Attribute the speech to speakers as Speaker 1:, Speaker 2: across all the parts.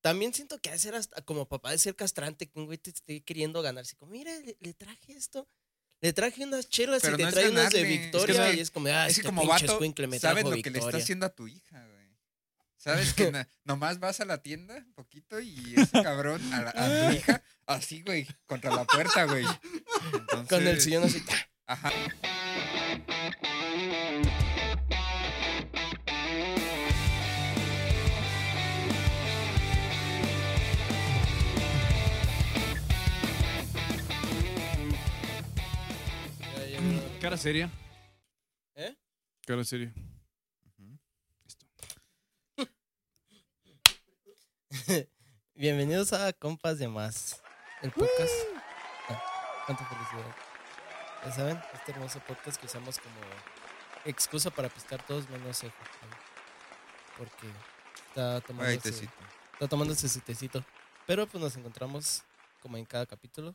Speaker 1: También siento que hacer hasta como papá de ser castrante, que un güey te esté queriendo ganar. Así como, mira, le, le traje esto. Le traje unas chelas
Speaker 2: Pero
Speaker 1: y te
Speaker 2: no es
Speaker 1: trae unas de
Speaker 2: ganarle. Es que
Speaker 1: Victoria.
Speaker 2: es que-
Speaker 1: y es como, ah,
Speaker 2: es que
Speaker 1: este
Speaker 2: como
Speaker 1: pinche
Speaker 2: vato,
Speaker 1: escuincle me
Speaker 2: sabes
Speaker 1: trajo
Speaker 2: lo que le está
Speaker 1: Victoria.
Speaker 2: haciendo a tu hija, güey. Sabes que na- nomás vas a la tienda poquito y ese cabrón a, la- a
Speaker 1: Ah.
Speaker 2: tu hija así, güey, contra la puerta, güey. Entonces,
Speaker 1: Con el sillón así.
Speaker 2: Ajá.
Speaker 1: Ya, ya, ya.
Speaker 3: Cara seria.
Speaker 1: ¿Eh?
Speaker 3: Cara seria.
Speaker 1: Bienvenidos a Compas de Más, el podcast. Ah, cuánta felicidad. Ya saben, este hermoso podcast que usamos como excusa para pistar todos menos Ejo. ¿saben? Porque está tomando,
Speaker 2: Ay, te
Speaker 1: está tomando ese citecito. Pero pues nos encontramos como en cada capítulo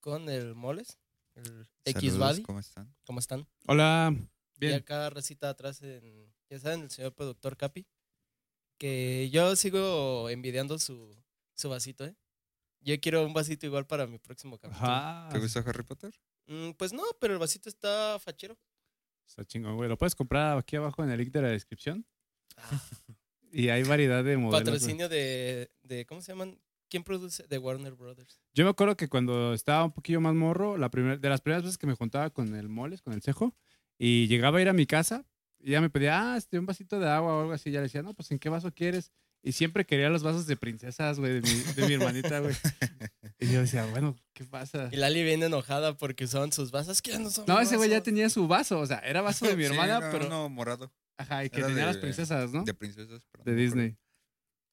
Speaker 1: con el Moles, el x
Speaker 2: Saludos,
Speaker 1: Buddy.
Speaker 2: ¿Cómo están?
Speaker 1: ¿Cómo están?
Speaker 3: Hola.
Speaker 1: Y
Speaker 3: Bien.
Speaker 1: acá recita atrás, en, ya saben, el señor productor Capi. Que yo sigo envidiando su, su vasito, ¿eh? Yo quiero un vasito igual para mi próximo capítulo.
Speaker 3: Ajá.
Speaker 2: ¿Te gusta Harry Potter?
Speaker 1: Mm, pues no, pero el vasito está fachero.
Speaker 3: Está chingón, güey. Lo puedes comprar aquí abajo en el link de la descripción.
Speaker 1: Ah.
Speaker 3: Y hay variedad de modelos. güey.
Speaker 1: Patrocinio de, de, ¿cómo se llaman? ¿Quién produce? De Warner Brothers.
Speaker 3: Yo me acuerdo que cuando estaba un poquillo más morro, la primer- de las primeras veces que me juntaba con el moles, con el cejo, y llegaba a ir a mi casa, y ya me pedía, ah, este, un vasito de agua o algo así. Ya le decía, no, pues, ¿en qué vaso quieres? Y siempre quería los vasos de princesas, güey, de mi, de mi hermanita, güey. Y yo decía, bueno, ¿qué pasa?
Speaker 1: Y Lali viene enojada porque usaban sus vasas que ya no son
Speaker 3: No, ese güey ya
Speaker 1: vasos.
Speaker 3: tenía su vaso, o sea, era vaso de mi
Speaker 2: Sí,
Speaker 3: hermana,
Speaker 2: era
Speaker 3: pero...
Speaker 2: uno morado
Speaker 3: Ajá, y que
Speaker 2: Era
Speaker 3: tenía
Speaker 2: de-
Speaker 3: las princesas, ¿no?
Speaker 2: de
Speaker 3: De,
Speaker 2: princesas. pero no me acuerdo.
Speaker 3: Disney.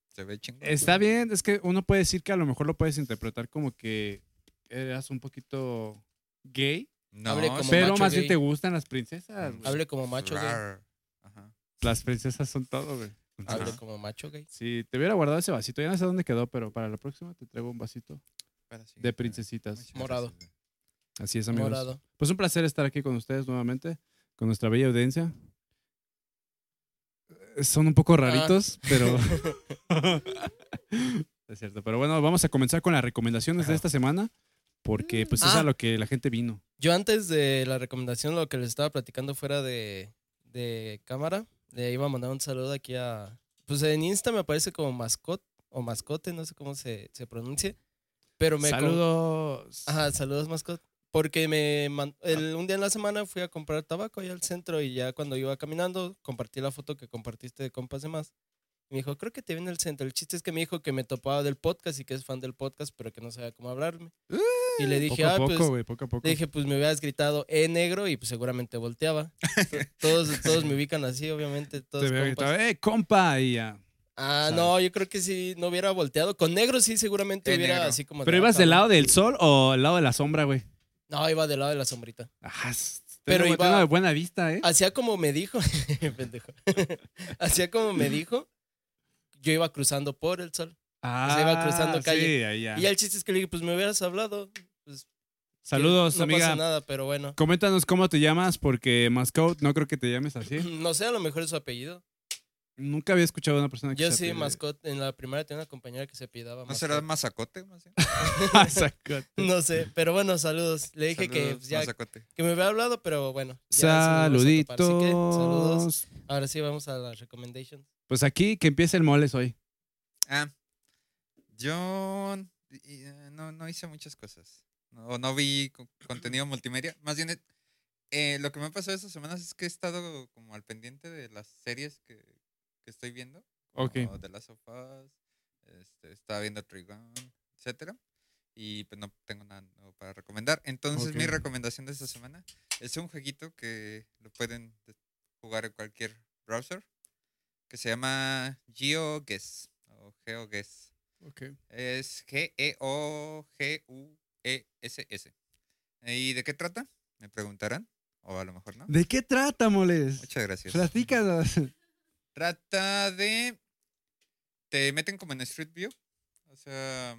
Speaker 2: Se ve chingón.
Speaker 3: Está bien, es que uno puede decir que a lo mejor lo puedes interpretar como que eras un poquito gay,
Speaker 2: No,
Speaker 1: Hable como
Speaker 2: sí,
Speaker 3: pero
Speaker 1: macho
Speaker 3: más bien
Speaker 1: gay.
Speaker 3: te gustan las princesas. güey.
Speaker 1: Hable como macho gay.
Speaker 2: Rar. Ajá.
Speaker 3: Las princesas son todo, güey.
Speaker 1: Hable
Speaker 2: Ajá.
Speaker 1: como macho gay.
Speaker 3: Si te hubiera guardado ese vasito, ya no sé dónde quedó, pero para la próxima te traigo un vasito
Speaker 2: Para sí,
Speaker 3: de
Speaker 2: para-
Speaker 3: princesitas.
Speaker 2: Muchas
Speaker 1: Morado.
Speaker 2: gracias, güey.
Speaker 3: Así es, amigos.
Speaker 1: Morado.
Speaker 3: Pues un placer estar aquí con ustedes nuevamente, con nuestra bella audiencia. Eh, Son un
Speaker 1: Ah.
Speaker 3: poco raritos, pero... es cierto, pero bueno, vamos a comenzar con las recomendaciones de
Speaker 1: Ajá.
Speaker 3: esta semana, porque pues es
Speaker 1: Ah.
Speaker 3: a lo que la gente vino.
Speaker 1: Yo antes de la recomendación, lo que les estaba platicando fuera de, de cámara, le iba a mandar un saludo aquí a... Pues en Insta me aparece como mascot o mascote, no sé cómo se, se pronuncie. Pero me... com-
Speaker 3: Saludos.
Speaker 1: Ajá, saludos mascot. Porque me man-
Speaker 3: Ah.
Speaker 1: el- un día en la semana fui a comprar tabaco ahí al centro y ya cuando iba caminando compartí la foto que compartiste de compas de más. Me dijo, creo que te vi en el centro. El chiste es que me dijo que me topaba del podcast y que es fan del podcast, pero que no sabía cómo hablarme. Y le dije,
Speaker 3: poco a
Speaker 1: ah, pues
Speaker 3: poco, güey, poco a poco.
Speaker 1: le dije, pues me hubieras gritado eh negro y pues seguramente volteaba. To- todos, todos me ubican así, obviamente. Todos
Speaker 3: Te veo
Speaker 1: compas.
Speaker 3: gritado, ¡eh, compa! Y ya.
Speaker 1: Ah,
Speaker 3: ¿sabes?
Speaker 1: no, yo creo que si no hubiera volteado. Con negro sí, seguramente
Speaker 2: Eh,
Speaker 1: hubiera
Speaker 2: negro.
Speaker 1: así como.
Speaker 3: ¿Pero
Speaker 1: "Ah,
Speaker 3: ibas del
Speaker 1: cabrón".
Speaker 3: lado del sol o al lado de la sombra, güey?
Speaker 1: No, iba del lado de la sombrita.
Speaker 3: Ajá.
Speaker 1: Pero
Speaker 3: Pero
Speaker 1: iba-
Speaker 3: iba... de buena vista, ¿eh?
Speaker 1: Hacía como me dijo. pendejo. Hacía como me dijo. Yo iba cruzando por el sol.
Speaker 3: Ah,
Speaker 1: se iba cruzando
Speaker 3: Sí,
Speaker 1: calle.
Speaker 3: ahí ya.
Speaker 1: Y ya el chiste es que le dije, pues me hubieras hablado. Pues,
Speaker 3: Saludos,
Speaker 1: no pasa
Speaker 3: amiga.
Speaker 1: nada, pero bueno.
Speaker 3: Coméntanos cómo te llamas, porque Mascot no creo que te llames así.
Speaker 1: No sé, a lo mejor es su apellido.
Speaker 3: Nunca había escuchado a una persona que
Speaker 1: Yo
Speaker 3: se
Speaker 1: sí,
Speaker 3: apellide-
Speaker 1: mascot. En la primera tenía una compañera que se apellidaba
Speaker 2: ¿No será
Speaker 1: Mascot.
Speaker 2: mazacote? Más bien?
Speaker 3: Ah, Mascot.
Speaker 1: No sé, pero bueno, saludos. Le dije que,
Speaker 2: Saludos,
Speaker 1: pues, ya,
Speaker 2: mazacote.
Speaker 1: que me había hablado, pero bueno. ya nos volvemos a
Speaker 3: Saluditos.
Speaker 1: topar. Así que, saludos. Ahora sí, vamos a las recommendations.
Speaker 3: Pues aquí que empiece el moles hoy.
Speaker 2: Ah, yo y, eh, no, no hice muchas cosas. No, no vi co- contenido multimedia. Más bien, eh, eh, lo que me ha pasado estas semanas es que he estado como al pendiente de las series que, que estoy viendo.
Speaker 3: Ok.
Speaker 1: Ah,
Speaker 2: como The Last of Us, este, estaba viendo Trigon, etcétera. Y pues no tengo nada nuevo para recomendar. Entonces, mi
Speaker 3: Ok.
Speaker 2: recomendación de esta semana es un jueguito que lo pueden de- jugar en cualquier browser que se llama GeoGuess o GeoGuess. Es E G-E-O-G-U-E-S-S. E ¿Y de qué trata? Me preguntarán. O a lo mejor no.
Speaker 3: ¿De qué trata, moles?
Speaker 2: Muchas gracias.
Speaker 3: Platícanos.
Speaker 2: Trata de. Te meten como en Street View. O sea.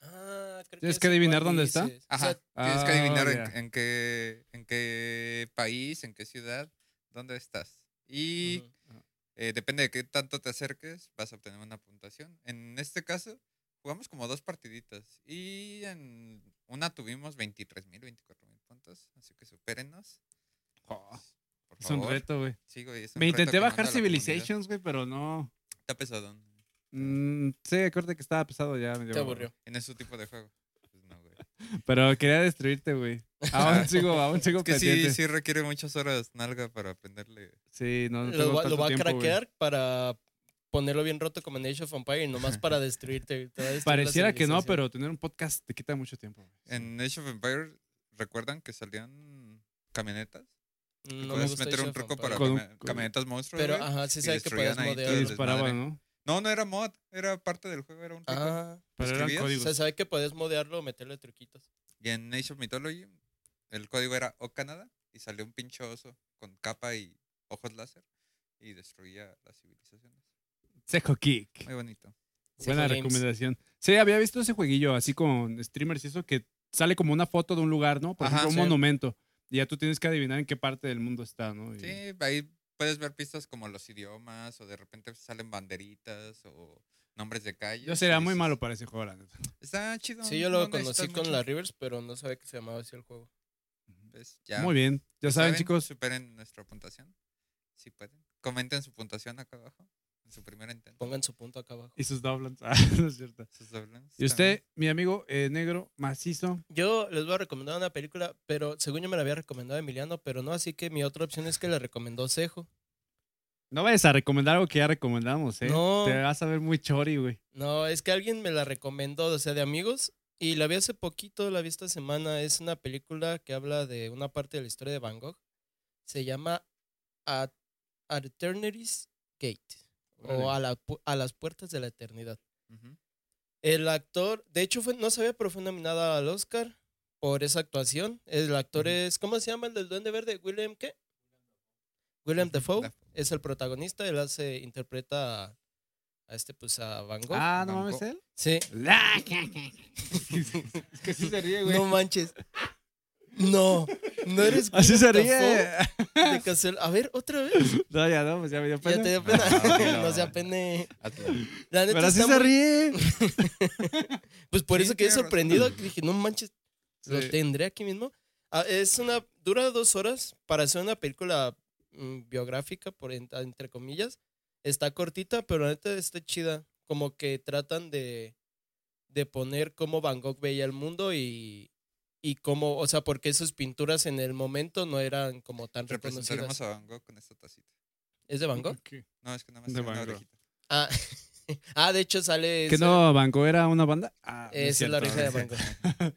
Speaker 1: Ah, creo
Speaker 3: ¿Tienes
Speaker 1: ya
Speaker 3: que
Speaker 1: sé
Speaker 3: adivinar
Speaker 1: cuál
Speaker 3: dónde
Speaker 1: dices.
Speaker 3: está?
Speaker 1: O sea,
Speaker 2: Ajá. tienes que adivinar
Speaker 3: Ah,
Speaker 2: en- en,
Speaker 3: ya.
Speaker 2: qué, en qué país, en qué ciudad, dónde estás. Y
Speaker 1: ujú.
Speaker 2: eh, depende de qué tanto te acerques, vas a obtener una puntuación. En en este caso, jugamos como dos partiditas. Y en una tuvimos 23 mil, 24 mil puntos. Así que supérennos.
Speaker 3: Oh,
Speaker 2: Por
Speaker 3: es un
Speaker 2: favor.
Speaker 3: reto, güey.
Speaker 2: Sí, güey, es un
Speaker 3: Me
Speaker 2: reto
Speaker 3: intenté
Speaker 2: que manda
Speaker 3: bajar
Speaker 2: a la comunidad.
Speaker 3: Civilizations, güey, pero no.
Speaker 2: Está pesadón.
Speaker 3: Mm, sí, acuérdate que estaba pesado ya. medio-
Speaker 1: Te aburrió.
Speaker 2: En ese tipo de juego. Pues no, güey.
Speaker 3: Pero quería destruirte, güey. Aún sigo, aún sigo
Speaker 2: Es que sí,
Speaker 3: pendiente. Sí,
Speaker 2: sí requiere muchas horas nalga para aprenderle.
Speaker 3: no, no tengo
Speaker 1: Lo, va-
Speaker 3: tanto
Speaker 1: lo va a
Speaker 3: tiempo, güey.
Speaker 1: craquear para ponerlo bien roto como en Age of Empires, nomás para destruirte. te va a destruir la
Speaker 3: Pareciera que no,
Speaker 1: civilización.
Speaker 3: pero tener un podcast te quita mucho tiempo. güey.
Speaker 2: En Age of Empires, ¿recuerdan que salían camionetas?
Speaker 1: No me
Speaker 2: Puedes
Speaker 1: gusta
Speaker 2: meter
Speaker 1: Age
Speaker 2: un
Speaker 1: of
Speaker 2: truco para
Speaker 1: Empires.
Speaker 3: Con
Speaker 2: cami-
Speaker 3: un-
Speaker 2: camionetas monstruos.
Speaker 1: Pero,
Speaker 2: güey.
Speaker 1: ajá, sí
Speaker 2: y
Speaker 1: sabes que
Speaker 2: destruían
Speaker 1: puedes
Speaker 2: ahí
Speaker 3: Y
Speaker 2: todo el
Speaker 1: modear.
Speaker 2: desmadre.
Speaker 3: disparaba, ¿no?
Speaker 2: No, no era mod, era parte del juego, era un truco.
Speaker 1: Ajá.
Speaker 3: Pero eran
Speaker 2: ¿Escribías?
Speaker 1: O
Speaker 3: códigos.
Speaker 1: sea, sabe que puedes modearlo, meterle truquitos.
Speaker 2: Y en Age of Mythology, el código era O Canadá y salió un pinche oso con capa y ojos láser y destruía las civilizaciones.
Speaker 3: Seco Kick.
Speaker 2: Muy bonito.
Speaker 1: Sejo
Speaker 3: Buena
Speaker 1: Games.
Speaker 3: recomendación. Sí, había visto ese jueguillo así con streamers y eso que sale como una foto de un lugar, ¿no? Por
Speaker 2: Ajá,
Speaker 3: ejemplo, un
Speaker 2: sí.
Speaker 3: monumento. Y ya tú tienes que adivinar en qué parte del mundo está, ¿no? Y-
Speaker 2: Sí, ahí puedes ver pistas como los idiomas o de repente salen banderitas o nombres de calles.
Speaker 3: Yo sería
Speaker 2: y
Speaker 3: muy
Speaker 2: dices,
Speaker 3: malo para ese juego, la neta.
Speaker 2: Está chido.
Speaker 1: Sí, yo lo
Speaker 2: no necesitas
Speaker 1: conocí con
Speaker 2: mucho".
Speaker 1: la Rivers, pero no sabía que se llamaba así el juego.
Speaker 2: Pues ya.
Speaker 3: Muy bien. Ya saben, chicos,
Speaker 2: Superen nuestra puntuación. Si pueden. Comenten su puntuación acá abajo. En su primer intento.
Speaker 1: Pongan su punto acá abajo.
Speaker 3: y sus doblons. Ah, no es cierto.
Speaker 2: Sus doblons
Speaker 3: Y usted,
Speaker 2: también.
Speaker 3: mi amigo eh, negro, macizo.
Speaker 1: Yo les voy a recomendar una película, pero según yo me la había recomendado Emiliano, pero no, así que mi otra opción es que la recomendó Cejo.
Speaker 3: No vayas a recomendar algo que ya recomendamos, ¿eh?
Speaker 1: No.
Speaker 3: Te vas a ver muy chori, güey.
Speaker 1: No, es que alguien me la recomendó, o sea, de amigos, y la vi hace poquito, la vi esta semana. Es una película que habla de una parte de la historia de Van Gogh. Se llama At, At Eternity's Gate, o
Speaker 3: Órale.
Speaker 1: a, la pu- a las puertas de la eternidad.
Speaker 2: Ujú.
Speaker 1: El actor, de hecho, fue- no sabía, pero fue nominada al Oscar por esa actuación. El actor
Speaker 2: Ujú.
Speaker 1: es, ¿cómo se llama el del Duende Verde? ¿William qué? William Dafoe
Speaker 2: Dafoe.
Speaker 1: es el protagonista. Él hace, interpreta a, a este, pues a Van Gogh.
Speaker 3: Ah, ¿no
Speaker 2: Van
Speaker 3: mames
Speaker 2: Gogh.
Speaker 3: él?
Speaker 1: Sí.
Speaker 3: es que sí se ríe,
Speaker 1: No manches. No, no eres
Speaker 3: Así
Speaker 1: Willem Dafoe
Speaker 3: se ríe.
Speaker 1: de Casel- A ver, otra vez.
Speaker 3: No, ya no, pues ya me dio
Speaker 1: Ya
Speaker 3: pena.
Speaker 1: te dio pena.
Speaker 2: No,
Speaker 1: No,
Speaker 2: Ah, no.
Speaker 1: se apene.
Speaker 2: Hazlo.
Speaker 1: La neta
Speaker 3: Pero así
Speaker 1: está
Speaker 3: se
Speaker 1: muy-
Speaker 3: ríe.
Speaker 1: Pues por
Speaker 2: Sí,
Speaker 1: eso quedé
Speaker 2: tiene razón.
Speaker 1: sorprendido. que Dije, no manches, lo
Speaker 3: Sí.
Speaker 1: tendré aquí mismo. Ah, es una. Dura dos horas para hacer una película mm, biográfica, por en- entre comillas. Está cortita, pero la neta está chida. Como que tratan de, de poner cómo Van Gogh veía el mundo y, y cómo, o sea, porque sus pinturas en el momento no eran como tan reconocidas.
Speaker 2: Representaremos a Van Gogh con esta tacita.
Speaker 1: ¿Es de Van Gogh?
Speaker 2: No, es que nada más
Speaker 3: De
Speaker 2: tiene una
Speaker 3: Van Gogh.
Speaker 2: orejita.
Speaker 1: Ah, ah, de hecho sale.
Speaker 3: ¿Que
Speaker 1: esa-
Speaker 3: no, Banco era una banda? Ah, no
Speaker 1: Esa es la
Speaker 3: cierto.
Speaker 1: oreja de Van Gogh.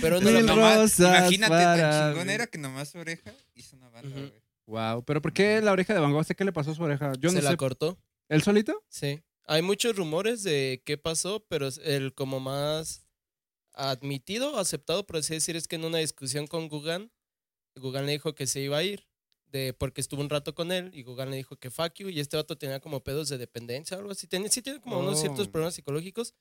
Speaker 1: Pero no
Speaker 3: Mil
Speaker 1: la
Speaker 2: Pero
Speaker 3: Mil
Speaker 1: mamá.
Speaker 2: nomás-
Speaker 3: rosas
Speaker 2: imagínate,
Speaker 3: para
Speaker 2: tan chingón
Speaker 3: mí.
Speaker 2: era que nomás su oreja hizo una banda,
Speaker 1: Ujú.
Speaker 2: güey.
Speaker 3: Wow, pero ¿por qué la oreja de Van Gogh? ¿Sé qué le pasó a su oreja? Yo
Speaker 1: se
Speaker 3: no
Speaker 1: la
Speaker 3: sé.
Speaker 1: cortó.
Speaker 3: ¿El solito?
Speaker 1: Sí. Hay muchos rumores de qué pasó, pero es- el como más admitido, aceptado, por así decir, es que en una discusión con Gugan, Gugan le dijo que se iba a ir, de, porque estuvo un rato con él, y Gugan le dijo que fuck you, y este vato tenía como pedos de dependencia o algo así. Tenía, sí tiene como unos ciertos
Speaker 3: Oh.
Speaker 1: problemas psicológicos,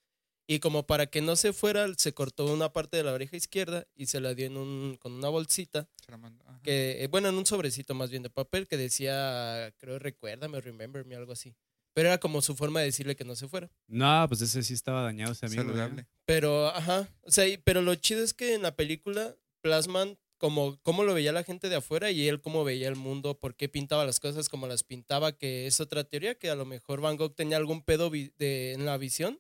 Speaker 1: y como para que no se fuera, se cortó una parte de la oreja izquierda y se la dio en un, con una bolsita,
Speaker 2: Se la mandó, ajá.
Speaker 1: que eh, bueno, en un sobrecito más bien de papel que decía, creo, recuérdame, remember me, algo así. Pero era como su forma de decirle que no se fuera.
Speaker 3: No, pues ese sí estaba dañado, ese amigo. ¿eh?
Speaker 2: Saludable.
Speaker 1: Pero, ajá, o sea, y- pero lo chido es que en la película plasman como cómo lo veía la gente de afuera y él cómo veía el mundo, por qué pintaba las cosas como las pintaba, que es otra teoría que a lo mejor Van Gogh tenía algún pedo vi- de- en la visión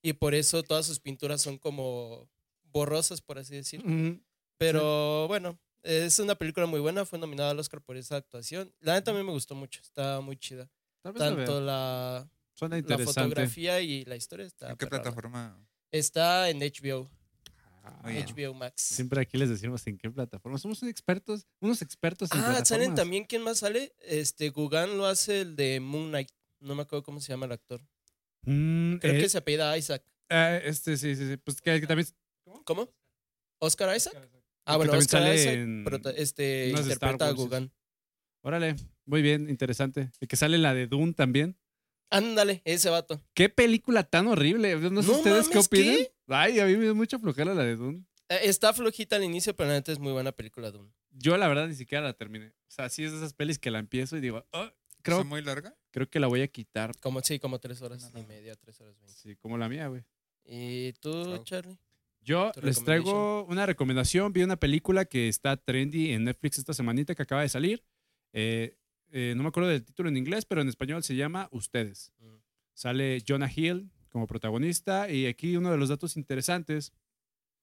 Speaker 1: y por eso todas sus pinturas son como borrosas, por así decir.
Speaker 3: Ujú.
Speaker 1: Pero bueno, es una película muy buena, fue nominada al Oscar por esa actuación. La neta a mí me gustó mucho, está muy chida.
Speaker 3: Tal vez lo
Speaker 1: Tanto
Speaker 3: veo.
Speaker 1: la,
Speaker 3: Suena
Speaker 1: la
Speaker 3: interesante.
Speaker 1: fotografía y la historia está.
Speaker 2: ¿En qué
Speaker 1: perrona.
Speaker 2: plataforma?
Speaker 1: Está en HBO,
Speaker 3: Ah,
Speaker 2: Muy bien.
Speaker 1: HBO Max.
Speaker 3: Siempre aquí les decimos en qué plataforma. Somos unos expertos, unos expertos en
Speaker 1: Ah, salen
Speaker 3: plataformas.
Speaker 1: también, ¿quién más sale? Este, Gugan lo hace el de Moon Knight. No me acuerdo cómo se llama el actor.
Speaker 3: Mm,
Speaker 1: Creo
Speaker 3: eh,
Speaker 1: que se apellida Isaac.
Speaker 3: ah, este, sí, sí, sí. Pues que, que también.
Speaker 1: ¿Cómo? ¿Oscar Isaac? Ah,
Speaker 3: que
Speaker 1: bueno,
Speaker 3: también
Speaker 1: Oscar
Speaker 3: sale
Speaker 1: Isaac
Speaker 3: en
Speaker 1: prota- este,
Speaker 3: unas de Star
Speaker 1: interpreta a
Speaker 3: Wars.
Speaker 1: Gugan.
Speaker 3: Órale, muy bien, interesante. Y que sale la de Dune también.
Speaker 1: Ándale, ese vato.
Speaker 3: Qué película tan horrible. No sé
Speaker 1: No
Speaker 3: ustedes qué
Speaker 1: mames, ¿qué?
Speaker 3: opinan. Ay, a mí me dio mucha flojera la de Dune.
Speaker 1: Eh, Está flojita al inicio, pero la neta es muy buena película Dune.
Speaker 3: Yo la verdad ni siquiera la terminé. O sea, sí es de esas pelis que la empiezo y digo, "Ah, creo,
Speaker 2: ¿Está muy larga?
Speaker 3: creo Creo que la voy a quitar.
Speaker 1: Como sí, como tres horas
Speaker 2: No.
Speaker 1: y media, tres horas veinte.
Speaker 3: Sí, como la mía, güey.
Speaker 1: ¿Y tú,
Speaker 2: Wow.
Speaker 1: Charlie?
Speaker 3: Yo
Speaker 1: ¿Tu
Speaker 3: les traigo una recomendación. Vi una película que está trendy en Netflix esta semanita que acaba de salir. Eh, eh, no me acuerdo del título en inglés, pero en español se llama Ustedes.
Speaker 1: Mm.
Speaker 3: Sale Jonah Hill como protagonista y aquí uno de los datos interesantes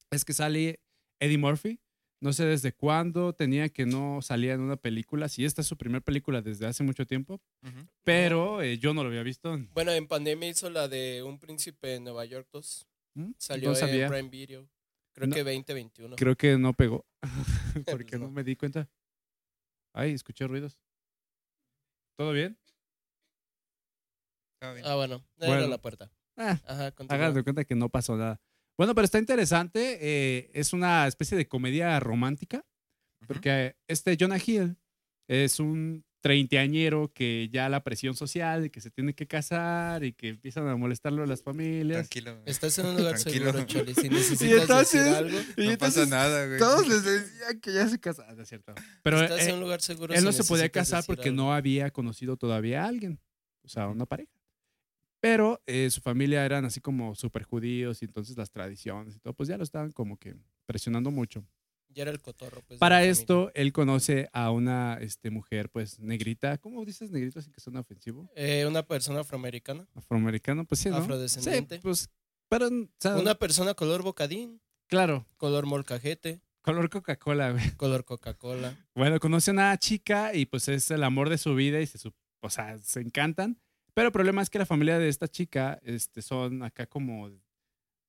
Speaker 3: es que sale Eddie Murphy. No sé desde cuándo tenía que no salía en una película. Si esta es su primera película desde hace mucho tiempo,
Speaker 2: Ujú.
Speaker 3: pero eh, yo no lo había visto.
Speaker 1: Bueno, en pandemia hizo la de Un Príncipe en Nueva York 2.
Speaker 3: ¿Mm?
Speaker 1: Salió
Speaker 3: No sabía.
Speaker 1: en Prime Video. Creo
Speaker 3: No.
Speaker 1: que 2021.
Speaker 3: Creo que no pegó.
Speaker 1: Pues
Speaker 3: Porque no
Speaker 1: no.
Speaker 3: me di cuenta. Ay, escuché ruidos. ¿Todo bien?
Speaker 2: Está bien.
Speaker 1: Ah, bueno. Era
Speaker 3: Bueno.
Speaker 1: la puerta.
Speaker 3: Ah,
Speaker 1: Ajá, continúa.
Speaker 3: hagan de cuenta que no pasó nada. Bueno, pero está interesante. eh, es una especie de comedia romántica.
Speaker 2: Ujú.
Speaker 3: Porque este Jonah Hill es un treintañero que ya la presión social, que se tiene que casar y que empiezan a molestarlo las familias.
Speaker 2: Tranquilo, güey.
Speaker 1: Estás en un lugar
Speaker 2: Tranquilo.
Speaker 1: seguro, Charlie. Si necesitas
Speaker 3: entonces,
Speaker 1: decir algo,
Speaker 2: No pasa nada, güey.
Speaker 3: decían que ya se casaban, es cierto. Pero
Speaker 1: estás
Speaker 3: eh,
Speaker 1: en un lugar seguro.
Speaker 3: Él
Speaker 1: si
Speaker 3: no se podía
Speaker 1: necesitas
Speaker 3: casar
Speaker 1: decir
Speaker 3: porque
Speaker 1: algo.
Speaker 3: no había conocido todavía a alguien, o sea, una pareja. Pero eh, su familia eran así como super judíos y entonces las tradiciones y todo, pues ya lo estaban como que presionando mucho.
Speaker 1: Ya era el cotorro. Pues, de la
Speaker 3: Para
Speaker 1: familia.
Speaker 3: esto, él conoce a una este, mujer, pues negrita. ¿Cómo dices negrita sin que suene ofensivo?
Speaker 1: Eh, una persona afroamericana.
Speaker 3: Afroamericano, pues sí, ¿no?
Speaker 1: Afrodescendiente.
Speaker 3: Sí, pues, pero, o sea,
Speaker 1: Una persona color bocadín,
Speaker 3: claro,
Speaker 1: color molcajete,
Speaker 3: color Coca-Cola, güey.
Speaker 1: color Coca-Cola.
Speaker 3: Bueno, conoce a una chica y pues es el amor de su vida y se, sup- o sea, se encantan. Pero el problema es que la familia de esta chica este, son acá como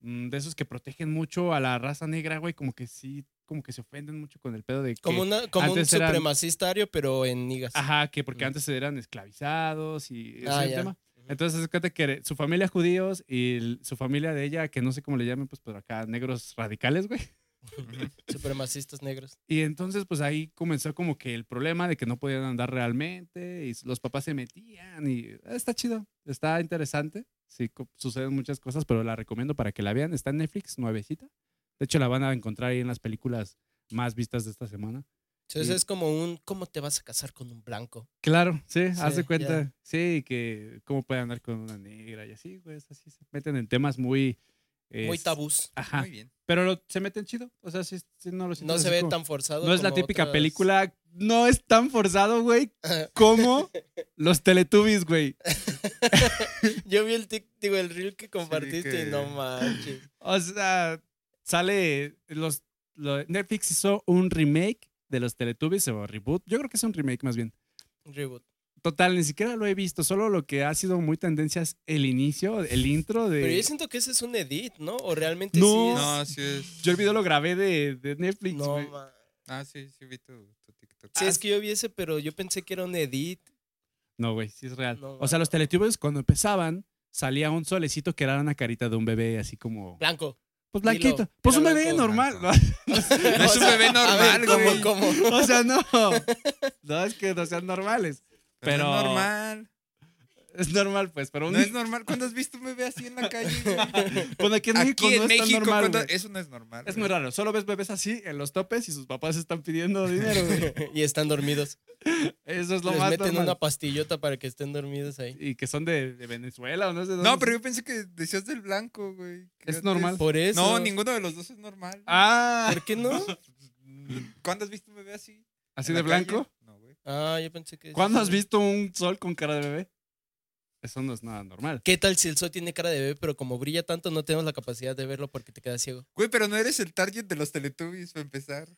Speaker 3: mm, de esos que protegen mucho a la raza negra, güey, como que sí, como que se ofenden mucho con el pedo de que...
Speaker 1: Como, una, como un
Speaker 3: antes eran-
Speaker 1: supremacista ario, pero en nigas.
Speaker 3: Ajá, que porque
Speaker 1: Mm.
Speaker 3: antes eran esclavizados y ese
Speaker 1: Ah,
Speaker 3: es el
Speaker 1: ya.
Speaker 3: tema.
Speaker 1: Ujú.
Speaker 3: Entonces, se cuenta que re- su familia judíos y el- su familia de ella, que no sé cómo le llamen, pues por acá, negros radicales, güey.
Speaker 2: Ujú.
Speaker 1: Supremacistas negros.
Speaker 3: Y entonces, pues ahí comenzó como que el problema de que no podían andar realmente y los papás se metían y eh, está chido, está interesante. Sí, co- suceden muchas cosas, pero la recomiendo para que la vean. Está en Netflix, nuevecita. De hecho, la van a encontrar ahí en las películas más vistas de esta semana.
Speaker 1: Entonces
Speaker 3: Y-
Speaker 1: es como un, ¿cómo te vas a casar con un blanco?
Speaker 3: Claro, sí,
Speaker 1: Sí,
Speaker 3: haz de
Speaker 1: ya.
Speaker 3: cuenta. Sí, que cómo pueden andar con una negra y así, pues así se meten en temas muy... eh,
Speaker 1: Muy tabús.
Speaker 3: Ajá,
Speaker 2: Muy bien.
Speaker 3: pero lo- se meten chido. O sea, sí, sí, no lo siento
Speaker 1: No se
Speaker 3: así
Speaker 1: ve
Speaker 3: como-
Speaker 1: tan forzado.
Speaker 3: No es la
Speaker 1: como
Speaker 3: típica
Speaker 1: otras-
Speaker 3: película. No es tan forzado, güey, como los Teletubbies, güey.
Speaker 1: Yo vi el, tic- digo, el reel que compartiste
Speaker 2: que-
Speaker 1: y no manches.
Speaker 3: O sea, sale. Los, lo- Netflix hizo un remake de los Teletubbies o reboot. Yo creo que es un remake más bien.
Speaker 1: Reboot.
Speaker 3: Total, ni siquiera lo he visto. Solo lo que ha sido muy tendencia es el inicio, el intro de.
Speaker 1: Pero yo siento que ese es un edit, ¿no? O realmente
Speaker 3: No.
Speaker 1: sí es...
Speaker 2: No, sí es.
Speaker 3: Yo el video lo grabé de, de Netflix.
Speaker 1: No,
Speaker 3: güey. Ah.
Speaker 1: ma-
Speaker 2: Ah, sí, sí vi tu, tu TikTok.
Speaker 1: Sí, es que yo vi ese, pero yo pensé que era un edit.
Speaker 3: No, güey, sí es real.
Speaker 1: No,
Speaker 3: o sea, los
Speaker 1: no.
Speaker 3: Teletubbies cuando empezaban salía un solecito que era una carita de un bebé así como.
Speaker 1: Blanco.
Speaker 3: Pues
Speaker 1: Dilo,
Speaker 3: blanquito. pues un
Speaker 1: era
Speaker 3: bebé
Speaker 1: blanco.
Speaker 3: normal.
Speaker 2: Blanco.
Speaker 3: ¿no?
Speaker 2: No es un bebé
Speaker 1: A
Speaker 2: normal,
Speaker 1: ver,
Speaker 2: güey.
Speaker 1: ¿cómo, cómo?
Speaker 3: O sea, no. No es que no sean normales.
Speaker 2: Pero
Speaker 3: Pero-
Speaker 2: no es normal.
Speaker 3: Es normal, pues, pero un,
Speaker 2: No es normal. ¿Cuándo has visto un bebé así en la calle? güey?
Speaker 3: bueno, aquí en México
Speaker 2: Aquí
Speaker 3: no
Speaker 2: en
Speaker 3: es tan
Speaker 2: México,
Speaker 3: normal.
Speaker 2: ¿cuándo-
Speaker 3: güey.
Speaker 2: eso no es normal.
Speaker 3: Es
Speaker 2: güey.
Speaker 3: muy raro. Solo ves bebés así en los topes y sus papás están pidiendo dinero, güey.
Speaker 1: y están dormidos.
Speaker 3: Eso es lo
Speaker 1: Les
Speaker 3: más
Speaker 1: meten
Speaker 3: normal.
Speaker 1: una pastillota para que estén dormidos ahí.
Speaker 3: Y que son de, de Venezuela o no sé dónde.
Speaker 2: No, pero yo pensé que decías del blanco, güey. que
Speaker 3: Es
Speaker 2: antes-
Speaker 3: normal.
Speaker 1: Por eso.
Speaker 2: No, ninguno de los dos es normal.
Speaker 3: Ah,
Speaker 1: ¿Por qué no?
Speaker 2: ¿Cuándo has visto un bebé así?
Speaker 3: así
Speaker 2: ¿En
Speaker 3: de
Speaker 2: la calle?
Speaker 3: blanco.
Speaker 2: No, güey.
Speaker 1: Ah, yo pensé que...
Speaker 3: ¿Cuándo has visto un sol con cara de bebé? Eso no es nada normal.
Speaker 1: ¿Qué tal si el sol tiene cara de bebé, pero como brilla tanto no tenemos la capacidad de verlo porque te quedas ciego?
Speaker 2: Güey, pero no eres el target de los Teletubbies, para empezar.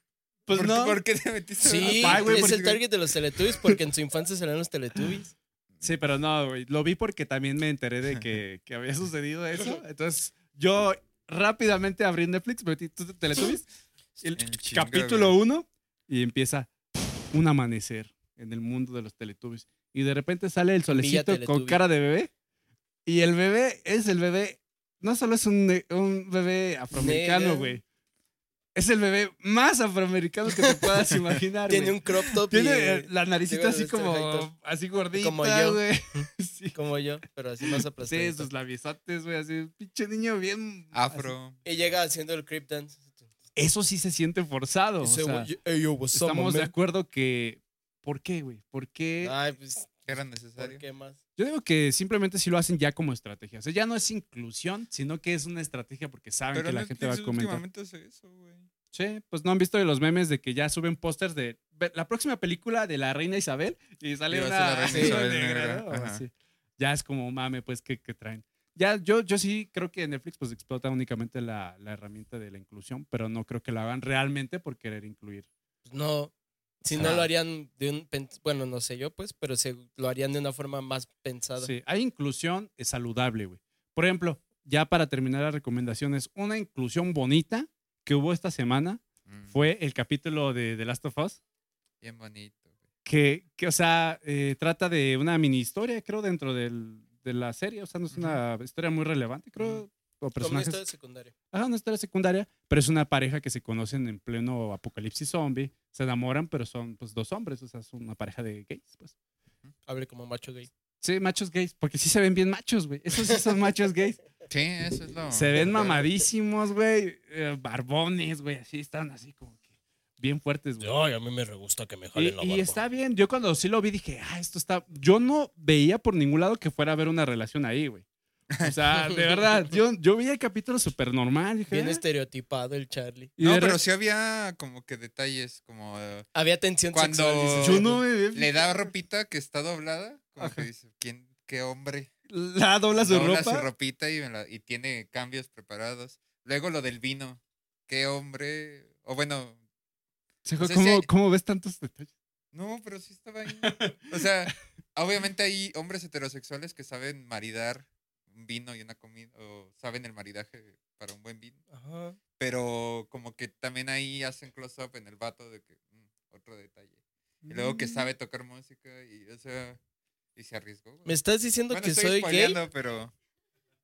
Speaker 3: Pues
Speaker 2: ¿Por,
Speaker 3: no.
Speaker 2: ¿Por qué te metiste?
Speaker 1: Sí,
Speaker 3: Ay, güey,
Speaker 1: es
Speaker 3: porque-
Speaker 1: el target de los Teletubbies porque en su infancia serán los Teletubbies.
Speaker 3: Sí, pero no, güey. Lo vi porque también me enteré de que, que había sucedido eso. Entonces, yo rápidamente abrí Netflix, metí tu- Teletubbies, el
Speaker 2: En chinga,
Speaker 3: capítulo
Speaker 2: güey.
Speaker 3: 1 y empieza un amanecer en el mundo de los Teletubbies. Y de repente sale el solecito con
Speaker 1: Teletubby.
Speaker 3: cara de bebé. Y el bebé es el bebé. No solo es un, ne- un bebé afroamericano,
Speaker 1: Negro.
Speaker 3: güey. Es el bebé más afroamericano que te puedas imaginar.
Speaker 1: Tiene
Speaker 3: güey.
Speaker 1: un crop top y,
Speaker 3: Tiene eh,
Speaker 1: eh,
Speaker 3: la
Speaker 1: Llega
Speaker 3: naricita así
Speaker 1: de Mr. Hyde.
Speaker 3: como así gordita,
Speaker 1: Como yo.
Speaker 3: güey. Sí.
Speaker 1: como este yo, pero así más
Speaker 3: Sí,
Speaker 1: aplastado.
Speaker 3: sus labiosotes, güey, así, pinche niño bien
Speaker 2: Afro.
Speaker 1: Y llega haciendo el creep dance.
Speaker 3: así. Eso sí se siente forzado.
Speaker 1: Y
Speaker 3: o
Speaker 1: se-
Speaker 3: sea,
Speaker 1: yo- ey, yo, what's up,
Speaker 3: estamos de
Speaker 1: man?
Speaker 3: acuerdo que. ¿Por qué, güey? ¿Por qué?
Speaker 2: Ah.
Speaker 1: Ay, pues,
Speaker 2: Era
Speaker 1: ¿por
Speaker 2: necesario.
Speaker 1: qué más?
Speaker 3: Yo digo que simplemente si lo hacen ya como estrategia. O sea, ya no es inclusión, sino que es una estrategia porque saben
Speaker 2: Pero
Speaker 3: que la
Speaker 2: Netflix
Speaker 3: gente va a comentar.
Speaker 2: últimamente hace eso, güey.
Speaker 3: Sí, pues no han visto de los memes de que ya suben pósters de ve- la próxima película de la reina Isabel y sale
Speaker 2: Y va a
Speaker 3: una
Speaker 2: ser la reina
Speaker 3: sí,
Speaker 2: Isabel
Speaker 3: negra,
Speaker 2: negra,
Speaker 3: ¿no? O
Speaker 2: ajá.
Speaker 3: así. Ya es como mame, pues, que, que traen. Ya, yo, yo sí creo que Netflix pues explota únicamente la, la herramienta de la inclusión, pero no creo que la hagan realmente por querer incluir.
Speaker 1: Pues no. Si no
Speaker 3: Ajá.
Speaker 1: lo harían de un. pen- Bueno, no sé yo, pues, pero se lo harían de una forma más pensada.
Speaker 3: Sí, hay inclusión es saludable, güey. Por ejemplo, ya para terminar las recomendaciones, una inclusión bonita que hubo esta semana
Speaker 2: Mm,
Speaker 3: fue el capítulo de The Last of Us.
Speaker 2: Bien bonito, güey.
Speaker 3: que, que, o sea, eh, trata de una mini historia, creo, dentro del- de la serie. O sea, no es una historia muy relevante, creo, o
Speaker 1: Como una
Speaker 3: personajes.
Speaker 1: historia secundaria.
Speaker 3: Ajá, una historia secundaria, pero es una pareja que se conocen en pleno apocalipsis zombie. Se enamoran, pero son pues, dos hombres, o sea, es una pareja de gays, pues.
Speaker 1: Hable como macho gay.
Speaker 3: Sí, machos gays, porque sí se ven bien machos, güey. Esos sí son machos gays.
Speaker 2: Sí, eso es lo.
Speaker 3: Se ven mamadísimos, güey. eh, barbones, güey. Así están así como que bien fuertes, güey.
Speaker 1: Ay, a mí me gusta que me
Speaker 3: Y, y está bien. Yo cuando sí lo vi dije, ah, esto está. Yo no veía por ningún lado que fuera a haber una relación ahí, güey. O sea, de verdad, yo, yo vi el capítulo súper normal. Dije,
Speaker 1: Bien
Speaker 3: "Ah".
Speaker 1: estereotipado el Charlie.
Speaker 2: este-
Speaker 3: Y de
Speaker 2: No,
Speaker 3: re-
Speaker 2: pero sí había como que detalles, como eh,
Speaker 1: Había tensión
Speaker 2: Cuando-
Speaker 1: sexual. dices,
Speaker 3: yo no me vi-
Speaker 2: oh, le da ropita que está doblada, como
Speaker 3: Ajá.
Speaker 2: que dice, ¿quién, qué hombre?
Speaker 3: La dobla su
Speaker 2: Dobla
Speaker 3: ropa.
Speaker 2: su ropita y, me la- y tiene cambios preparados. Luego lo del vino, qué hombre, o bueno,
Speaker 3: Se dijo,
Speaker 2: O sea,
Speaker 3: ¿cómo,
Speaker 2: sí-
Speaker 3: cómo ves tantos detalles?
Speaker 2: no, pero sí estaba ahí. O sea, obviamente hay hombres heterosexuales que saben maridar un vino y una comida, o saben el maridaje para un buen vino.
Speaker 1: Ajá.
Speaker 2: Pero como que también ahí hacen close-up en el vato de que, mm, otro detalle. Y luego
Speaker 1: Mm.
Speaker 2: que sabe tocar música y, o sea, y se arriesgó. güey.
Speaker 1: ¿Me estás diciendo
Speaker 2: Bueno,
Speaker 1: que
Speaker 2: estoy
Speaker 1: soy gay?
Speaker 2: spoileando, pero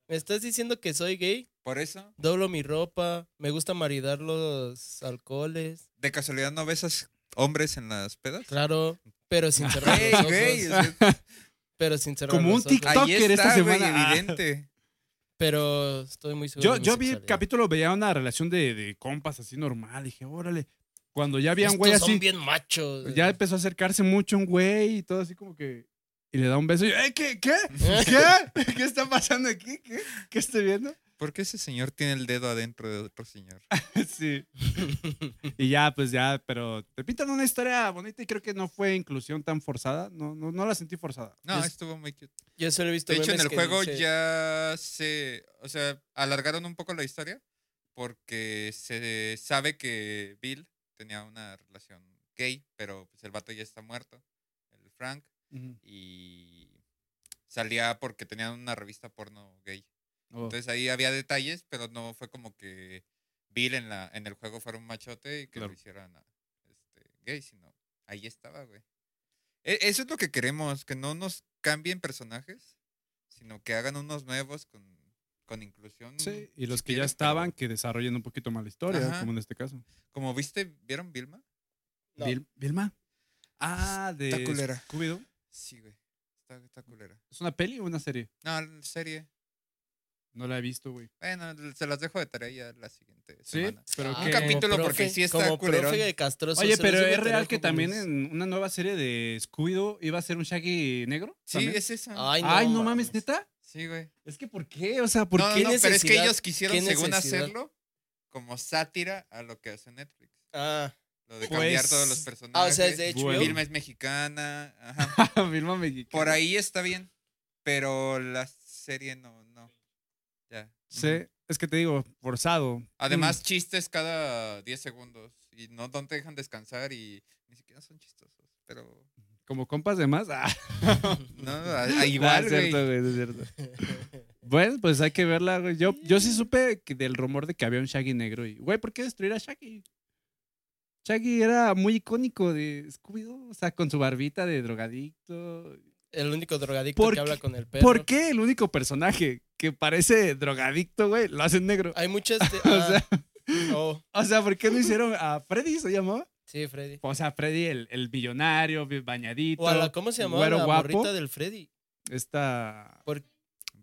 Speaker 1: ¿Me estás diciendo que soy gay?
Speaker 2: por eso,
Speaker 1: Doblo mi ropa, me gusta maridar los alcoholes.
Speaker 2: ¿de casualidad no ves a esos hombres en las pedas?
Speaker 1: Claro, pero sin cerrar
Speaker 2: Güey,
Speaker 1: los ojos.
Speaker 2: güey, o sea,
Speaker 1: Pero sin cerrar
Speaker 3: Como
Speaker 1: los
Speaker 3: un
Speaker 1: ojos.
Speaker 3: tic-
Speaker 2: ahí
Speaker 3: Stalker esta
Speaker 2: está, güey,
Speaker 3: semana.
Speaker 2: evidente.
Speaker 1: Pero estoy muy eh. seguro
Speaker 3: Yo,
Speaker 1: de mi
Speaker 3: yo vi el
Speaker 1: sexualidad.
Speaker 3: capítulo, veía una relación de, de compas así normal. Dije, órale. Cuando ya había un
Speaker 1: Estos
Speaker 3: güey
Speaker 1: son
Speaker 3: así,
Speaker 1: bien machos.
Speaker 3: ya empezó a acercarse mucho un güey y todo así como que. Y le da un beso. Y yo, "Eh, ¿Qué? ¿Qué? ¿Qué? ¿Qué está pasando aquí? ¿Qué, ¿Qué estoy viendo?
Speaker 2: ¿Por qué ese señor tiene el dedo adentro de otro señor?
Speaker 3: Sí. y ya, pues ya, pero te pintan una historia bonita y creo que no fue inclusión tan forzada. No, no, no la sentí forzada.
Speaker 2: No,
Speaker 1: Es-
Speaker 2: estuvo muy cute.
Speaker 1: Yo solo he visto
Speaker 2: De hecho, en
Speaker 1: memes
Speaker 2: el
Speaker 1: que
Speaker 2: juego
Speaker 1: dice-
Speaker 2: ya se. O sea, alargaron un poco la historia porque se sabe que Bill tenía una relación gay, pero pues el vato ya está muerto, el Frank,
Speaker 3: Ujú.
Speaker 2: y salía porque tenían una revista porno gay.
Speaker 3: Oh.
Speaker 2: Entonces ahí había detalles, pero no fue como que Bill en, la, en el juego fuera un machote y que
Speaker 3: Claro.
Speaker 2: lo hicieran a- este, gay, sino ahí estaba, güey. E- eso es lo que queremos, que no nos cambien personajes, sino que hagan unos nuevos con, con inclusión.
Speaker 3: Sí, y los
Speaker 2: si
Speaker 3: que ya
Speaker 2: quieren,
Speaker 3: estaban,
Speaker 2: pero-
Speaker 3: que desarrollen un poquito más la historia,
Speaker 2: Ajá.
Speaker 3: como en este caso.
Speaker 2: Como viste, ¿vieron Vilma?
Speaker 1: No.
Speaker 3: Vil- Vilma. Ah, de
Speaker 2: Está culera.
Speaker 3: Scooby-Doo.
Speaker 2: Sí, güey. Está, está culera.
Speaker 3: ¿Es una peli o una serie?
Speaker 2: No, la serie.
Speaker 3: No la he visto, güey.
Speaker 2: Bueno, se las dejo de tarea ya la siguiente
Speaker 3: Sí,
Speaker 2: semana.
Speaker 3: pero
Speaker 1: Ah,
Speaker 3: que...
Speaker 2: Un capítulo
Speaker 1: como
Speaker 2: porque
Speaker 1: profe-
Speaker 2: sí está
Speaker 1: como profe
Speaker 2: culerón.
Speaker 1: de Castroso,
Speaker 3: Oye,
Speaker 1: se lo
Speaker 3: pero
Speaker 1: sube
Speaker 3: es
Speaker 1: a
Speaker 3: real
Speaker 1: tener
Speaker 3: que
Speaker 1: jóvenes.
Speaker 3: también en una nueva serie de Scooby-Doo iba a ser un Shaggy negro.
Speaker 2: Sí, este
Speaker 3: también.
Speaker 2: es esa.
Speaker 1: Ay, no,
Speaker 3: Ay, no mames, ¿neta?
Speaker 2: Sí, güey.
Speaker 3: Es que ¿por qué? O sea, ¿por
Speaker 2: no, no,
Speaker 3: qué?
Speaker 2: no, pero es que
Speaker 1: necesidad?
Speaker 2: ellos quisieron,
Speaker 1: ¿Qué
Speaker 2: según
Speaker 1: necesidad?
Speaker 2: hacerlo, como sátira a lo que hace Netflix.
Speaker 1: Ah,
Speaker 2: Lo de
Speaker 3: Pues-
Speaker 2: cambiar todos los
Speaker 3: Ah,
Speaker 2: personajes.
Speaker 1: ah, o sea, es de HBO.
Speaker 3: Bueno.
Speaker 2: Vilma es mexicana. ajá.
Speaker 3: Vilma mexicana.
Speaker 2: Por ahí está bien, pero la serie no, no. Ya.
Speaker 3: Sí,
Speaker 2: ujú.
Speaker 3: es que te digo, forzado.
Speaker 2: Además,
Speaker 1: Mm.
Speaker 2: chistes cada 10 segundos y no, no te dejan descansar y ni siquiera son chistosos, pero...
Speaker 3: Mm, como compas de más. Ah,
Speaker 2: No, a- a Ah, igual,
Speaker 3: es
Speaker 2: güey.
Speaker 3: cierto, güey, es cierto. bueno, pues hay que verla, güey. Yo, yo sí supe que del rumor de que había un Shaggy negro. Y, güey, ¿por qué destruir a Shaggy? Shaggy era muy icónico de Scooby-Doo, o sea, con su barbita de drogadicto.
Speaker 1: el único drogadicto
Speaker 3: ¿Por
Speaker 1: que habla
Speaker 3: qué?
Speaker 1: con el perro.
Speaker 3: ¿Por qué el único personaje que parece drogadicto, güey, lo hacen negro?
Speaker 1: Hay muchas. de-
Speaker 3: O
Speaker 1: ah,
Speaker 3: sea,
Speaker 1: oh,
Speaker 3: o sea, ¿por qué no hicieron a Freddy, se llamaba?
Speaker 1: sí, Freddy.
Speaker 3: O sea, Freddy, el, el millonario, bañadito.
Speaker 1: O a la, ¿cómo se llamaba
Speaker 3: güero
Speaker 1: la
Speaker 3: guapo.
Speaker 1: morrita del Freddy?
Speaker 3: Esta.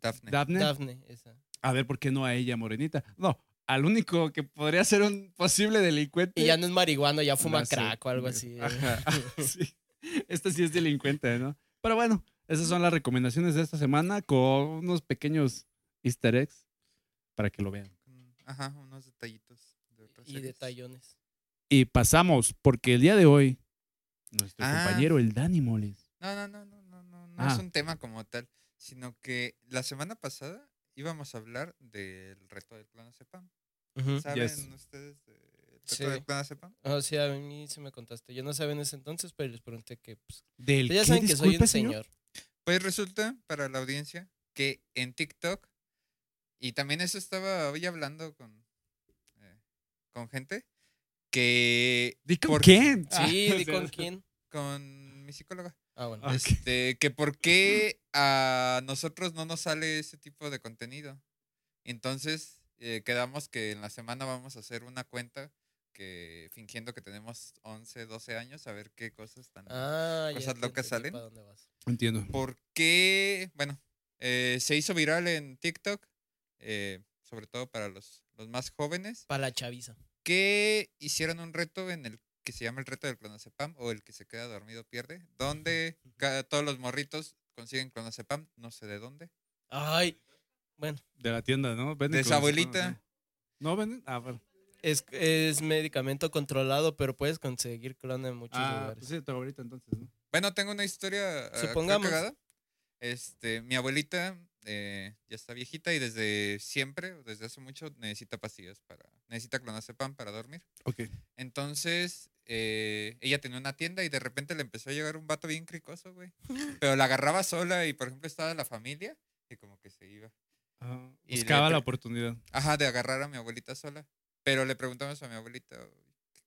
Speaker 2: Daphne.
Speaker 3: Daphne.
Speaker 1: Daphne, esa.
Speaker 3: A ver, ¿por qué no a ella, morenita? No, al único que podría ser un posible delincuente.
Speaker 1: Y ya no es marihuana,
Speaker 3: Ah,
Speaker 1: ya fuma
Speaker 3: No sé. Ah,
Speaker 1: crack o algo así. eh,
Speaker 3: Este Ajá, sí. Esta sí es delincuente, ¿no? Pero bueno, Esas son las recomendaciones de esta semana con unos pequeños easter eggs para que lo vean.
Speaker 2: Ajá, unos detallitos. De otras
Speaker 1: Y
Speaker 2: series.
Speaker 1: detallones.
Speaker 3: Y pasamos, porque el día de hoy, nuestro
Speaker 2: Ah.
Speaker 3: compañero, el Dani Moles.
Speaker 2: No, no, no, no, no, no, no
Speaker 3: Ah.
Speaker 2: es un tema como tal, sino que la semana pasada íbamos a hablar del reto del plano CEPAM.
Speaker 1: Ujú.
Speaker 2: ¿Saben
Speaker 3: Yes.
Speaker 2: ustedes del reto
Speaker 1: Sí.
Speaker 2: del plano CEPAM?
Speaker 1: O sea, a mí se me contaste. Yo no sabía en ese entonces, pero les pregunté que. Pues,
Speaker 3: Del
Speaker 1: ya
Speaker 3: qué,
Speaker 1: saben que soy
Speaker 3: disculpe,
Speaker 1: un señor.
Speaker 2: Pues resulta para la audiencia que en TikTok, y también eso estaba hoy hablando con, eh, con gente, que
Speaker 3: ¿Di con
Speaker 2: por-
Speaker 3: quién?
Speaker 1: Sí,
Speaker 3: Ah,
Speaker 1: ¿di
Speaker 3: sí.
Speaker 1: con quién? con-
Speaker 2: con mi psicóloga.
Speaker 1: Ah, bueno.
Speaker 3: Ah. Ok.
Speaker 2: Este, que por qué a nosotros no nos sale ese tipo de contenido. Entonces, eh, quedamos que en la semana vamos a hacer una cuenta que fingiendo que tenemos 11, 12 años, a ver qué cosas tan...
Speaker 1: Ah, ya
Speaker 2: Cosas
Speaker 1: te
Speaker 2: locas
Speaker 1: entendí
Speaker 2: salen.
Speaker 1: para dónde vas.
Speaker 3: Entiendo.
Speaker 2: ¿Por qué? Bueno, eh, se hizo viral en TikTok, eh, sobre todo para los, los más jóvenes,
Speaker 1: Para la chaviza.
Speaker 2: que hicieron un reto en el que se llama el reto del clonazepam o el que se queda dormido pierde, donde ca- todos los morritos consiguen clonazepam, no sé de dónde.
Speaker 1: Ay. Bueno,
Speaker 3: De la tienda, ¿no? Venden
Speaker 2: De su
Speaker 3: cosas,
Speaker 2: abuelita.
Speaker 3: No, No venden. Ah, bueno.
Speaker 1: es, es medicamento controlado, pero puedes conseguir clona en muchos
Speaker 3: Ah,
Speaker 1: lugares.
Speaker 3: pues sí, de tu abuelita entonces, ¿no?
Speaker 2: Bueno, tengo una historia ah, acá
Speaker 1: Supongamos.
Speaker 2: cagada. Este, mi abuelita eh, ya está viejita y desde siempre, o desde hace mucho, necesita pastillas para, necesita clonazepam para dormir.
Speaker 3: Ok.
Speaker 2: Entonces, eh, ella tenía una tienda y de repente le empezó a llegar un vato bien cricoso, güey. Pero la agarraba sola y, por ejemplo, estaba la familia y como que se iba. Y
Speaker 3: Ah, buscaba
Speaker 2: le-
Speaker 3: la oportunidad.
Speaker 2: Ajá, de agarrar a mi abuelita sola. Pero le preguntamos a mi abuelita,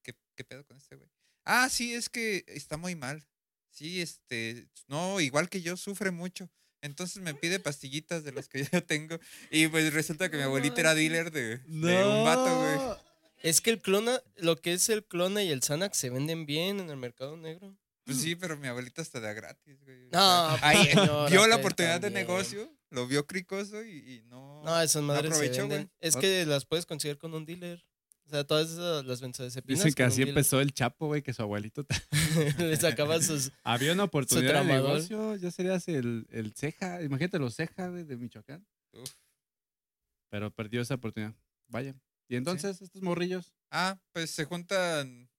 Speaker 2: ¿qué, qué pedo con este güey? Ah, sí, es que está muy mal. Sí, este, no, igual que yo, sufre mucho. Entonces me
Speaker 1: Ah.
Speaker 2: pide pastillitas de las que yo tengo. Y pues resulta que mi abuelita era dealer de, de un vato, güey.
Speaker 1: Es que el clona, lo que es el clona y el Xanax se venden bien en el mercado negro.
Speaker 2: Pues sí, pero mi abuelita hasta da gratis, güey.
Speaker 1: No,
Speaker 2: O sea, ahí
Speaker 1: señora,
Speaker 2: pues, vio
Speaker 1: usted
Speaker 2: la oportunidad de
Speaker 1: también.
Speaker 2: negocio, lo vio cricoso y, y no.
Speaker 1: No, esas madres se
Speaker 2: aprovechó,
Speaker 1: venden.
Speaker 2: güey.
Speaker 1: Es que las puedes conseguir con un dealer. O sea, todas esas, las benzodiazepinas.
Speaker 3: Dicen que
Speaker 1: con un
Speaker 3: así
Speaker 1: dealer.
Speaker 3: empezó el Chapo, güey, que su abuelito.
Speaker 1: Le sacaba sus.
Speaker 3: Había una oportunidad de
Speaker 1: tramador.
Speaker 3: negocio. Ya serías el, el ceja. Imagínate los cejas, güey, de Michoacán.
Speaker 2: Uf.
Speaker 3: Pero perdió esa oportunidad. Vaya. Y entonces, estos morrillos.
Speaker 2: Ah, pues se juntan.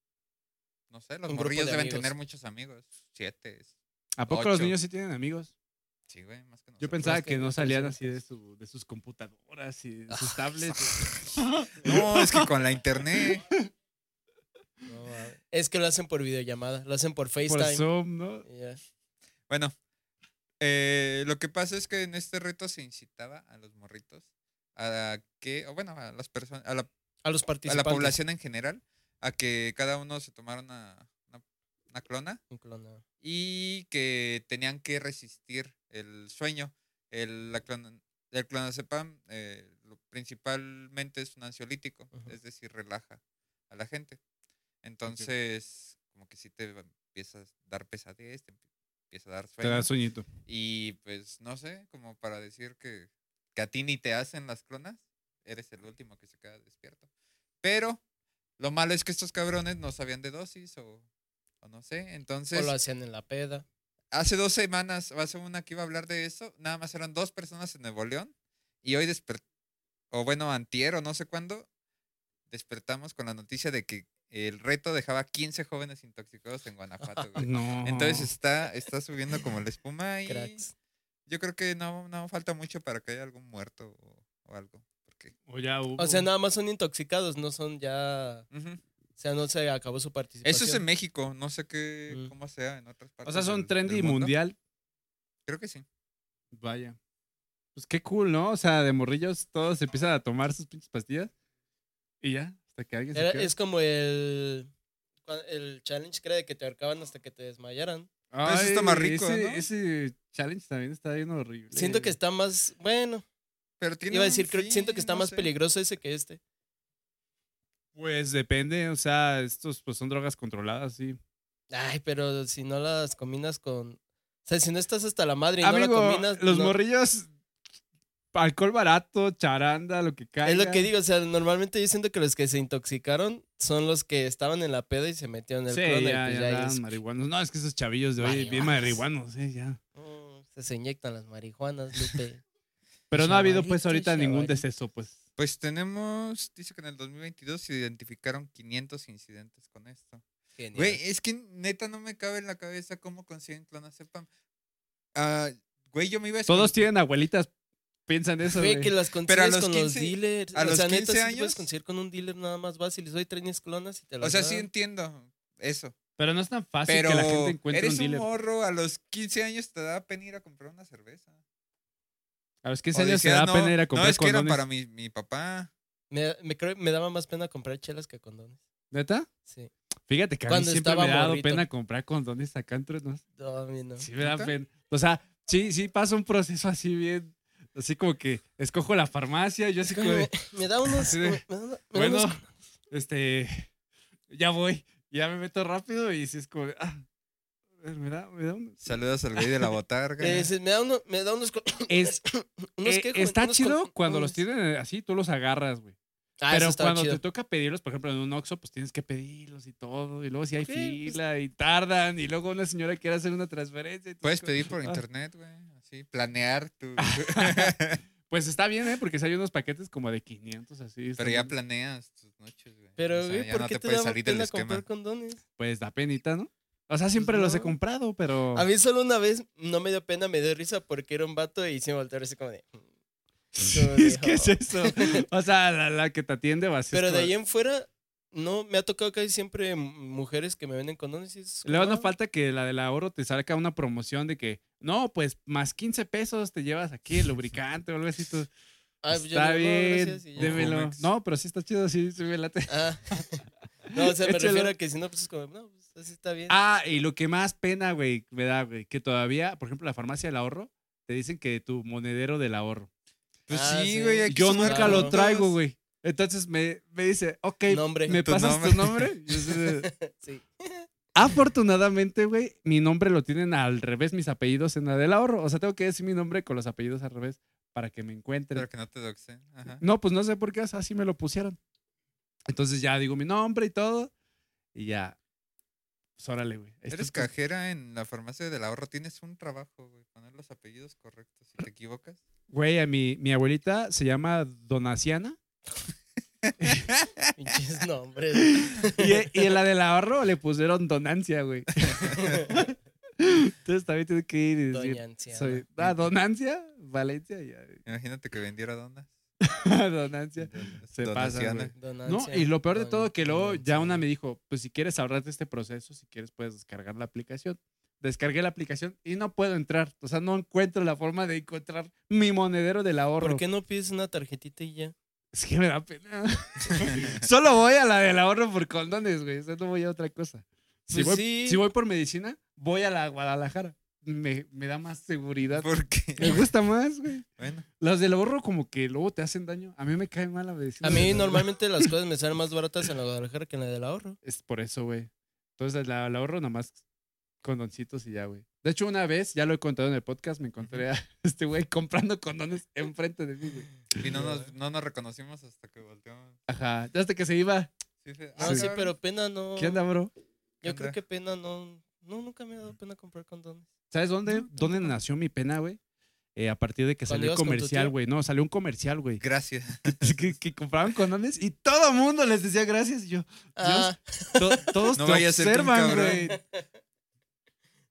Speaker 2: No sé, los
Speaker 1: Un grupo
Speaker 2: morrillos
Speaker 1: de
Speaker 2: deben
Speaker 1: amigos.
Speaker 2: tener muchos amigos. Siete.
Speaker 3: ¿A poco los
Speaker 2: Ocho.
Speaker 3: niños sí tienen amigos?
Speaker 2: Sí, güey, más que
Speaker 3: Yo
Speaker 2: nosotros.
Speaker 3: pensaba que
Speaker 1: que
Speaker 3: no
Speaker 1: nosotros
Speaker 3: salían
Speaker 1: somos
Speaker 3: así de,
Speaker 1: tres.
Speaker 3: su, de sus computadoras y de sus tablets.
Speaker 2: No, es que con la internet.
Speaker 1: No, mames. es que lo hacen por videollamada, lo hacen por
Speaker 3: Por
Speaker 1: FaceTime.
Speaker 3: Zoom, ¿no?
Speaker 1: Y ya.
Speaker 2: Bueno, eh, lo que pasa es que en este reto se incitaba a los morritos a que, o bueno, a las personas, a la,
Speaker 1: A los
Speaker 2: a la
Speaker 1: participantes.
Speaker 2: población en general, a que cada uno se tomara una, una, una clona
Speaker 1: Un clona.
Speaker 2: y que tenían que resistir el sueño. El, la clona- el clonazepam eh, lo- principalmente es un ansiolítico,
Speaker 1: Ujú.
Speaker 2: es decir, relaja a la gente. Entonces, como que si te va- empiezas a dar pesadez, te empieza a dar
Speaker 3: Te
Speaker 2: sueño.
Speaker 3: da sueñito.
Speaker 2: Y pues, no sé, como para decir que, que a ti ni te hacen las clonas, eres el último que se queda despierto. Pero lo malo es que estos cabrones no sabían de dosis o, o no sé. Entonces,
Speaker 1: o lo hacían en la peda.
Speaker 2: hace dos semanas, o hace una que iba a hablar de eso, nada más eran dos personas en Nuevo León y hoy despertó, o bueno, antier o no sé cuándo, despertamos con la noticia de que el reto dejaba 15 jóvenes intoxicados en Guanajuato.
Speaker 3: Ah,
Speaker 2: güey.
Speaker 3: No.
Speaker 2: Entonces está, está subiendo como la espuma y
Speaker 1: Cracks.
Speaker 2: yo creo que no, no falta mucho para que haya algún muerto o, o algo. Porque,
Speaker 3: O ya hubo.
Speaker 1: O sea, nada más son intoxicados, no son ya.
Speaker 2: Ujú.
Speaker 1: O sea, no se acabó su participación.
Speaker 2: Eso es en México, no sé qué,
Speaker 1: Mm.
Speaker 2: cómo sea en otras partes.
Speaker 3: O sea, son
Speaker 2: del- del
Speaker 3: trendy
Speaker 2: mundo.
Speaker 3: mundial.
Speaker 2: Creo que sí.
Speaker 3: Vaya. Pues qué cool, ¿no? O sea, de morrillos todos empiezan a tomar sus pinches pastillas. Y ya, hasta que alguien
Speaker 1: Era-
Speaker 3: se quede.
Speaker 1: es como el. cua- El challenge que era de que te ahorcaban hasta que te desmayaran.
Speaker 3: Ay,
Speaker 2: eso está más rico,
Speaker 3: ese,
Speaker 2: ¿no?
Speaker 3: ese challenge también está bien horrible.
Speaker 1: Siento que está más. Bueno,
Speaker 2: Pero tiene
Speaker 1: iba a
Speaker 2: un
Speaker 1: decir, creo- siento que
Speaker 2: fin,
Speaker 1: está
Speaker 2: no
Speaker 1: más
Speaker 2: sé.
Speaker 1: peligroso ese que este.
Speaker 3: Pues depende, o sea, estos pues son drogas controladas, sí.
Speaker 1: Ay, pero si no las combinas con. O sea, si no estás hasta la madre y no
Speaker 3: Amigo,
Speaker 1: la combinas.
Speaker 3: los
Speaker 1: no.
Speaker 3: morrillos, alcohol barato, charanda, lo que caiga.
Speaker 1: Es lo que digo, o sea, normalmente yo siento que los que se intoxicaron son los que estaban en la peda y se metieron en el
Speaker 3: Sí,
Speaker 1: clona y
Speaker 3: ya,
Speaker 1: pues
Speaker 3: ya
Speaker 1: ya
Speaker 3: andaban
Speaker 1: ellos-
Speaker 3: marihuanos. No, es que esos chavillos de hoy bien
Speaker 1: Marihuanos.
Speaker 3: marihuanos, eh, ya.
Speaker 1: Mm, Se, se inyectan las marihuanas, Lupe.
Speaker 3: Pero no ha habido pues
Speaker 1: Chavalito,
Speaker 3: ahorita ningún
Speaker 1: chavalito.
Speaker 3: deceso, pues.
Speaker 2: Pues tenemos, dice que en el 2022 se identificaron 500 incidentes con esto.
Speaker 1: Genial.
Speaker 2: Güey, es que neta no me cabe en la cabeza cómo consiguen clonazepam. Ah, güey, yo me iba a
Speaker 3: Todos
Speaker 2: escon-
Speaker 3: tienen abuelitas, piensan eso,
Speaker 1: Güey,
Speaker 3: güey.
Speaker 1: que las
Speaker 2: Pero a
Speaker 1: consigues
Speaker 2: los
Speaker 1: con los
Speaker 2: 15
Speaker 1: dealers.
Speaker 2: a
Speaker 1: o
Speaker 2: los
Speaker 1: sea, neta,
Speaker 2: 15
Speaker 1: sí te
Speaker 2: años.
Speaker 1: puedes conseguir con un dealer nada más. Vas y les doy tres nisclonas y te las
Speaker 2: O sea,
Speaker 1: dan.
Speaker 2: sí entiendo eso.
Speaker 3: Pero no es tan fácil
Speaker 2: pero
Speaker 3: Ah, que la gente encuentre
Speaker 2: eres
Speaker 3: un dealer.
Speaker 2: morro, a los 15 años te da pena ir a comprar una cerveza.
Speaker 3: A los 15
Speaker 2: O
Speaker 3: años se
Speaker 2: decías,
Speaker 3: da
Speaker 2: no,
Speaker 3: pena ir a comprar
Speaker 2: No, es que era
Speaker 3: condones.
Speaker 2: para mi, mi papá.
Speaker 1: Me, me, creo- me daba más pena comprar chelas que condones.
Speaker 3: ¿Neta?
Speaker 1: Sí.
Speaker 3: Fíjate que a mí
Speaker 1: Cuando
Speaker 3: siempre me
Speaker 1: estaba
Speaker 3: ha dado
Speaker 1: morrito.
Speaker 3: pena comprar condones acá en Truenos.
Speaker 1: No, a mí no.
Speaker 3: Sí me da
Speaker 2: ¿Neta?
Speaker 3: pena. O sea, sí, sí pasa un proceso así bien, así como que escojo la farmacia, yo así como de,
Speaker 1: me, me da unos.
Speaker 3: Así de,
Speaker 1: me da- me da
Speaker 3: bueno,
Speaker 1: unos-
Speaker 3: este, ya voy, ya me meto rápido y sí es como, de, ah, me da, me da un...
Speaker 2: Saludos al güey de la botarga.
Speaker 1: eh, sí, me da uno- me da unos. co-
Speaker 3: Es,
Speaker 1: unos
Speaker 3: eh,
Speaker 1: que, joven,
Speaker 3: está
Speaker 1: unos
Speaker 3: chido
Speaker 1: con-
Speaker 3: cuando los
Speaker 1: unos-
Speaker 3: tienen así, tú los agarras, güey.
Speaker 1: Ah,
Speaker 3: Pero
Speaker 1: eso estaba
Speaker 3: cuando te
Speaker 1: chido.
Speaker 3: toca pedirlos, por ejemplo, en un Oxxo, pues tienes que pedirlos y todo, y luego si hay
Speaker 1: Sí, pues-
Speaker 3: fila y tardan, y luego una señora quiere hacer una transferencia. y tú
Speaker 2: Puedes
Speaker 3: es como,
Speaker 2: pedir por
Speaker 3: ah.
Speaker 2: internet, güey. Así, planear tu.
Speaker 3: Pues está bien, ¿eh? Porque si hay unos paquetes como de 500 así.
Speaker 2: Pero
Speaker 3: están
Speaker 2: ya
Speaker 3: bien.
Speaker 2: planeas tus noches, güey.
Speaker 1: Pues Pero,
Speaker 2: O sea,
Speaker 1: güey,
Speaker 2: ya
Speaker 1: ¿por
Speaker 2: no
Speaker 1: qué
Speaker 2: te
Speaker 1: te,
Speaker 2: puedes
Speaker 1: daba
Speaker 2: salir del
Speaker 1: pena
Speaker 2: esquema.
Speaker 1: comprar condones?
Speaker 3: pues da penita, ¿no? O sea, siempre los he
Speaker 1: Pues no.
Speaker 3: comprado, pero...
Speaker 1: A mí solo una vez no me dio pena, me dio risa porque era un vato y se me volteó así como de... "Mm". Como de,
Speaker 3: es que es
Speaker 1: "Oh".
Speaker 3: eso. O sea, la, la que te atiende va a ser...
Speaker 1: Pero de
Speaker 3: como-
Speaker 1: ahí en fuera, no, me ha tocado casi siempre m- mujeres que me venden condones y es...
Speaker 3: Luego
Speaker 1: como,
Speaker 3: no
Speaker 1: "Ah".
Speaker 3: falta que la del ahorro te salga una promoción de que, no, pues más 15 pesos te llevas aquí el lubricante o algo así. tú,
Speaker 1: Ah, pues yo
Speaker 3: está
Speaker 1: digo, "No,
Speaker 3: bien,
Speaker 1: gracias", y ya.
Speaker 3: démelo.
Speaker 2: Jumex.
Speaker 3: No, pero sí está chido, sí, sí me late.
Speaker 1: Ah. No, o sea, me
Speaker 3: Échalo.
Speaker 1: refiero a que si no, pues es como, no, pues así está bien.
Speaker 3: Ah, y lo que más pena, güey, me da, güey, que todavía, por ejemplo, la farmacia del ahorro, te dicen que tu monedero del ahorro.
Speaker 2: Pues
Speaker 1: Ah,
Speaker 2: sí,
Speaker 1: sí.
Speaker 2: güey. aquí
Speaker 3: Yo
Speaker 2: son
Speaker 3: nunca
Speaker 1: claro.
Speaker 3: lo
Speaker 2: adultos.
Speaker 3: traigo, güey. Entonces me, me dice, ok,
Speaker 1: Nombre.
Speaker 3: ¿me
Speaker 2: Tu
Speaker 3: pasas tu nombre? Yo así de-
Speaker 1: Sí.
Speaker 3: Afortunadamente, güey, mi nombre lo tienen al revés, mis apellidos en la del ahorro. O sea, tengo que decir mi nombre con los apellidos al revés para que me encuentren.
Speaker 2: Pero que no te doxen. Ajá.
Speaker 3: No, pues no sé por qué, o sea, así me lo pusieron. Entonces ya digo mi nombre y todo. Y ya. Pues órale, güey. Ahí está
Speaker 2: Eres
Speaker 3: tu-
Speaker 2: cajera en la farmacia del ahorro. Tienes un trabajo, güey. Poner los apellidos correctos. Si te equivocas.
Speaker 3: Güey, a mi, mi abuelita se llama Donaciana.
Speaker 1: Pinches nombres.
Speaker 3: Y, y en la del ahorro le pusieron Donancia, güey. Entonces también tiene que ir y decir.
Speaker 1: Doña Anciana.
Speaker 3: soy- ah, Donancia, Valencia, y ya.
Speaker 2: Imagínate que vendiera donas. este,
Speaker 3: Donancia.
Speaker 2: Donas-
Speaker 3: Se pasa,
Speaker 2: donaciana.
Speaker 3: güey.
Speaker 1: Don
Speaker 3: No,
Speaker 1: Ancia,
Speaker 3: y lo peor de
Speaker 1: don-
Speaker 3: todo que luego
Speaker 1: don
Speaker 3: ya una
Speaker 1: Anciana.
Speaker 3: me dijo, pues si quieres ahorrarte este proceso, si quieres puedes descargar la aplicación. Descargué la aplicación y no puedo entrar. O sea, no encuentro la forma de encontrar mi monedero del ahorro.
Speaker 1: ¿Por qué no pides una tarjetita y ya?
Speaker 3: Es que me da pena. Solo voy a la del ahorro por condones, güey. O sea, no voy a otra cosa. Si,
Speaker 1: Pues
Speaker 3: voy,
Speaker 1: sí.
Speaker 3: si voy por medicina, voy a la Guadalajara. Me, me da más seguridad.
Speaker 2: ¿Por
Speaker 3: Me
Speaker 2: qué?
Speaker 3: gusta más, güey.
Speaker 2: Bueno,
Speaker 3: Las del ahorro como que luego te hacen daño. A mí me cae mal la medicina.
Speaker 1: A
Speaker 3: del
Speaker 1: mí
Speaker 3: ahorro.
Speaker 1: normalmente las cosas me salen más baratas en la Guadalajara que en la del ahorro.
Speaker 3: Es por eso, güey. Entonces, la, la ahorro nomás condoncitos y ya, güey. De hecho, una vez, ya lo he contado en el podcast, me encontré a este güey comprando condones enfrente de mí, güey.
Speaker 2: y no nos, no nos reconocimos hasta que volteamos.
Speaker 3: Ajá. Ya hasta que se iba.
Speaker 2: Sí, sí.
Speaker 1: No,
Speaker 2: Ah,
Speaker 1: sí,
Speaker 2: cabrón.
Speaker 1: pero pena no.
Speaker 3: ¿Qué onda, bro?
Speaker 1: Yo
Speaker 2: onda?
Speaker 1: creo que pena no. No, nunca me ha dado pena comprar condones.
Speaker 3: ¿Sabes dónde,
Speaker 2: No,
Speaker 3: dónde nació mi pena, güey? Eh, a partir de que
Speaker 1: ¿Cuando
Speaker 3: salió el
Speaker 1: ibas con tu
Speaker 3: comercial,
Speaker 1: tío?
Speaker 3: güey. No, salió un comercial, güey.
Speaker 2: Gracias.
Speaker 3: Que, que compraban condones y todo mundo les decía gracias. Y yo,
Speaker 1: Ah,
Speaker 3: to- todos
Speaker 2: No
Speaker 3: te
Speaker 2: vaya a ser que un
Speaker 3: observan,
Speaker 2: cabrón.
Speaker 3: güey.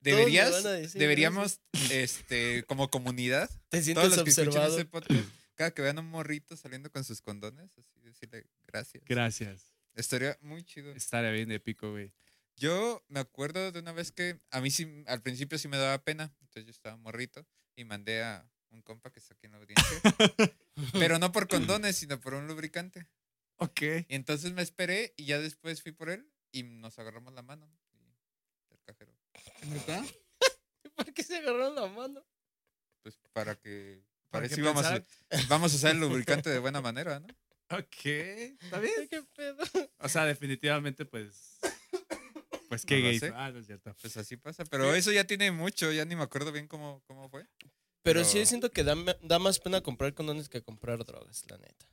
Speaker 2: Deberías,
Speaker 1: van a decir
Speaker 2: deberíamos, este, como comunidad,
Speaker 1: te
Speaker 2: todos
Speaker 1: sientes
Speaker 2: los que escuchan
Speaker 1: observado.
Speaker 2: este podcast, cada que vean a un morrito saliendo con sus condones, así decirle gracias.
Speaker 3: Gracias.
Speaker 2: Estaría muy chido.
Speaker 3: Estaría bien épico, güey.
Speaker 2: Yo me acuerdo de una vez que a mí sí, al principio sí me daba pena, entonces yo estaba morrito y mandé a un compa que está aquí en la audiencia, pero no por condones, sino por un lubricante.
Speaker 3: Ok.
Speaker 2: Y entonces me esperé y ya después fui por él y nos agarramos la mano. Y el cajero,
Speaker 1: ¿Por qué se agarraron la mano?
Speaker 2: pues para que... Para
Speaker 3: Para que
Speaker 2: eso íbamos a, vamos a usar el lubricante de buena manera, ¿no?
Speaker 3: Ok. Está bien.
Speaker 1: ¿Qué pedo?
Speaker 3: O sea, definitivamente, pues. Pues qué
Speaker 2: No lo
Speaker 3: gay.
Speaker 2: sé.
Speaker 3: Ah, no es cierto.
Speaker 2: Pues así pasa. Pero eso ya tiene mucho, ya ni me acuerdo bien cómo, cómo fue.
Speaker 1: Pero
Speaker 2: Pero-
Speaker 1: sí siento que da, da más pena comprar condones que comprar drogas, la neta.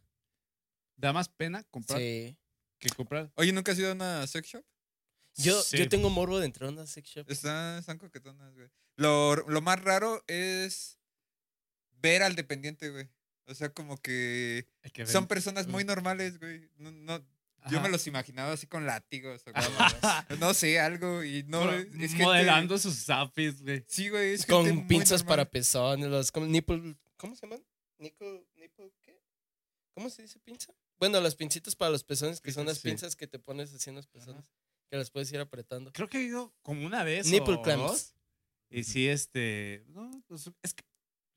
Speaker 3: Da más pena comprar
Speaker 1: Sí.
Speaker 3: que comprar.
Speaker 2: Oye, ¿nunca has ido a una sex shop?
Speaker 1: Yo,
Speaker 4: Sí.
Speaker 1: yo tengo morbo de entrar a una sex shop.
Speaker 2: Están, están coquetonas, güey. Lo, lo más raro es ver al dependiente, güey. O sea, como que
Speaker 4: Hay que ver.
Speaker 2: son personas muy normales, güey. No, no- yo
Speaker 4: Ajá.
Speaker 2: me los imaginaba así con látigos o cosas, No sé, algo. Y no,
Speaker 4: Pro-
Speaker 2: es gente-
Speaker 4: modelando sus zapis, güey.
Speaker 2: Sí, güey. es gente
Speaker 1: Con
Speaker 2: muy
Speaker 1: pinzas para
Speaker 2: normal.
Speaker 1: pezones, los como nipple, ¿cómo se llaman? Nipple, nipple, ¿qué? ¿Cómo se dice pinza? Bueno, las pincitas para los pezones, que son
Speaker 2: Pinzas,
Speaker 1: las
Speaker 2: sí.
Speaker 1: pinzas que te pones así en los pezones, que las puedes ir apretando.
Speaker 4: Creo que he ido como una vez.
Speaker 1: Nipple
Speaker 4: o
Speaker 1: clamps.
Speaker 4: dos. Y sí, este. No, pues, es que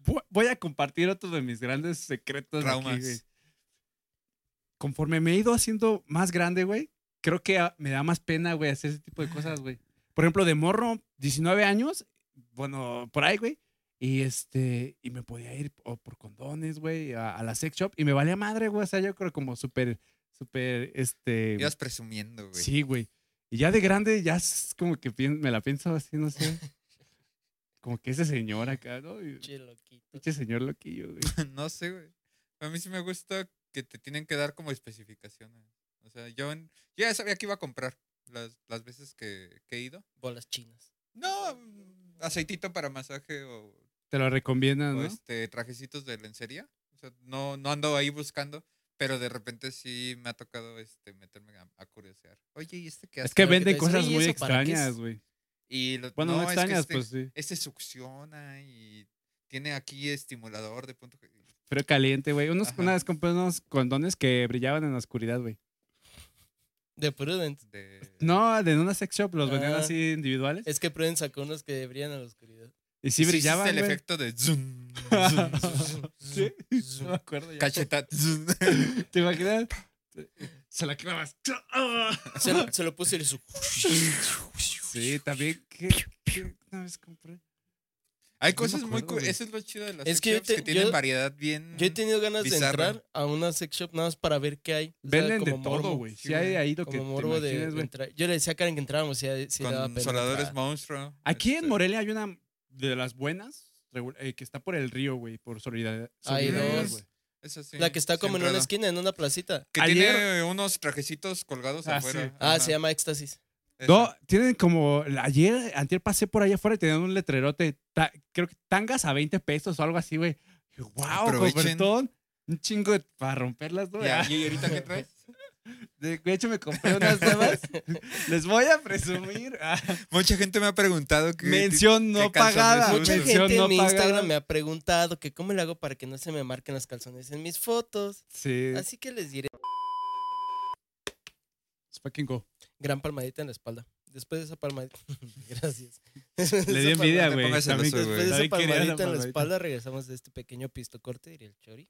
Speaker 4: vo- voy a compartir otro de mis grandes secretos. aquí,
Speaker 2: Traumas.
Speaker 4: güey.
Speaker 3: Conforme me he ido haciendo más grande, güey, creo que ah, me da más pena, güey, hacer ese tipo de cosas, güey. Por ejemplo, de morro, 19 años, bueno, por ahí, güey. Y este, y me podía ir o por condones, güey, a, a la sex shop. Y me valía madre, güey. O sea, yo creo como súper, súper, este.
Speaker 2: Ibas presumiendo, güey.
Speaker 3: Sí, güey. Y ya de grande, ya es como que pien- me la pienso así, no sé. como que ese señor acá, ¿no? Y-
Speaker 1: Che, loquito.
Speaker 3: Pinche señor loquillo, güey.
Speaker 2: no sé, güey. A mí sí me gusta que te tienen que dar como especificaciones. O sea, yo, en- yo ya sabía que iba a comprar las, las veces que, que he ido.
Speaker 1: Bolas chinas.
Speaker 2: No, mm, aceitito para masaje o,
Speaker 3: Te lo recomiendan,
Speaker 2: o,
Speaker 3: ¿no?
Speaker 2: este, trajecitos de lencería. O sea, no, no ando ahí buscando, pero de repente sí me ha tocado este, meterme a, a curiosear. Oye, ¿y este qué hace?
Speaker 3: Es que
Speaker 1: Lo que te
Speaker 3: venden
Speaker 1: dicen,
Speaker 3: cosas
Speaker 1: "Oye,
Speaker 3: muy
Speaker 1: ¿eso para qué es?"
Speaker 3: extrañas, güey.
Speaker 2: Y lo-
Speaker 3: Bueno, no,
Speaker 2: es que
Speaker 3: extrañas,
Speaker 2: este,
Speaker 3: pues sí.
Speaker 2: Este succiona y tiene aquí estimulador de punto. que-
Speaker 3: Pero caliente, güey. Unos,
Speaker 2: Ajá.
Speaker 3: una vez compré unos condones que brillaban en la oscuridad, güey.
Speaker 1: De Prudent.
Speaker 2: De,
Speaker 3: No, de una sex shop los vendían
Speaker 1: Ah.
Speaker 3: así individuales.
Speaker 1: Es que Prudent sacó unos que brillan a la oscuridad.
Speaker 3: Y sí
Speaker 2: hiciste
Speaker 3: brillaban,
Speaker 2: el
Speaker 3: güey.
Speaker 2: efecto de zoom, zoom,
Speaker 3: Sí. No me acuerdo ya.
Speaker 2: cacheta, zoom.
Speaker 3: ¿Te imaginas? Se la clavas.
Speaker 1: Se, lo- se lo puse y le hizo-
Speaker 3: Sí, también. ¿Qué, qué una vez compré?
Speaker 2: Hay
Speaker 3: No me
Speaker 2: cosas muy
Speaker 3: acuerdo,
Speaker 2: cool.
Speaker 3: güey.
Speaker 2: Eso es lo chido de las
Speaker 1: Es
Speaker 2: sex
Speaker 1: que yo
Speaker 2: shops,
Speaker 1: te-
Speaker 2: que tienen
Speaker 1: yo-
Speaker 2: variedad bien.
Speaker 1: Yo he tenido ganas de
Speaker 2: Bizarro.
Speaker 1: entrar a una sex shop nada más para ver qué hay. O sea,
Speaker 3: Venden de
Speaker 1: como
Speaker 3: todo,
Speaker 1: morbo,
Speaker 3: güey.
Speaker 2: sí,
Speaker 3: Sí hay
Speaker 2: güey.
Speaker 3: ahí lo que
Speaker 1: Como
Speaker 3: te
Speaker 1: morbo de,
Speaker 3: imagines,
Speaker 1: de
Speaker 3: güey.
Speaker 1: entrar. Yo le decía a Karen que entráramos y sí, sí daba pena
Speaker 2: Consoladores
Speaker 1: entrar.
Speaker 2: monstruo.
Speaker 3: Aquí en
Speaker 2: este,
Speaker 3: Morelia hay una de las buenas regu- eh, que está por el río, güey, por Solidaridad.
Speaker 1: Hay
Speaker 3: Solidaridad,
Speaker 2: dos.
Speaker 3: güey.
Speaker 2: esa sí,
Speaker 1: La que está
Speaker 2: sí
Speaker 1: como en
Speaker 2: enredo.
Speaker 1: una esquina, en una placita.
Speaker 2: Que
Speaker 3: Ayer-
Speaker 2: tiene unos trajecitos colgados
Speaker 3: Ah,
Speaker 2: afuera.
Speaker 3: sí.
Speaker 1: Ah,
Speaker 2: Ajá,
Speaker 1: se llama Éxtasis.
Speaker 2: esa.
Speaker 3: No, tienen como. Ayer, antier pasé por allá afuera y tenían un letrerote. ta- creo que tangas a 20 pesos o algo así, güey. ¡Wow!
Speaker 2: Aprovechen.
Speaker 3: Cobertón. Un chingo de- para romperlas, güey.
Speaker 2: Ya, ¿Y ahorita qué traes?
Speaker 3: De de hecho, me compré unas nuevas. Les voy a presumir. Ah,
Speaker 2: Mucha gente me ha preguntado que.
Speaker 3: mención no
Speaker 2: qué calzones
Speaker 3: pagada.
Speaker 2: usas.
Speaker 1: Mucha
Speaker 2: Mención
Speaker 1: gente en
Speaker 3: Ah, no
Speaker 1: mi
Speaker 3: pagada.
Speaker 1: Instagram me ha preguntado que cómo le hago para que no se me marquen las calzones en mis fotos.
Speaker 3: Sí.
Speaker 1: Así que les diré
Speaker 3: Let's fucking go.
Speaker 1: gran palmadita en la espalda. Después de esa palmadita. Gracias.
Speaker 3: Le di envidia,
Speaker 2: te
Speaker 3: güey.
Speaker 2: pongas
Speaker 3: También-
Speaker 2: celoso,
Speaker 1: Después
Speaker 2: güey.
Speaker 1: de esa
Speaker 3: También quería
Speaker 1: palmadita
Speaker 3: la
Speaker 1: en la
Speaker 3: palmadita.
Speaker 1: espalda, regresamos de este pequeño pisto corte, diría el Chori.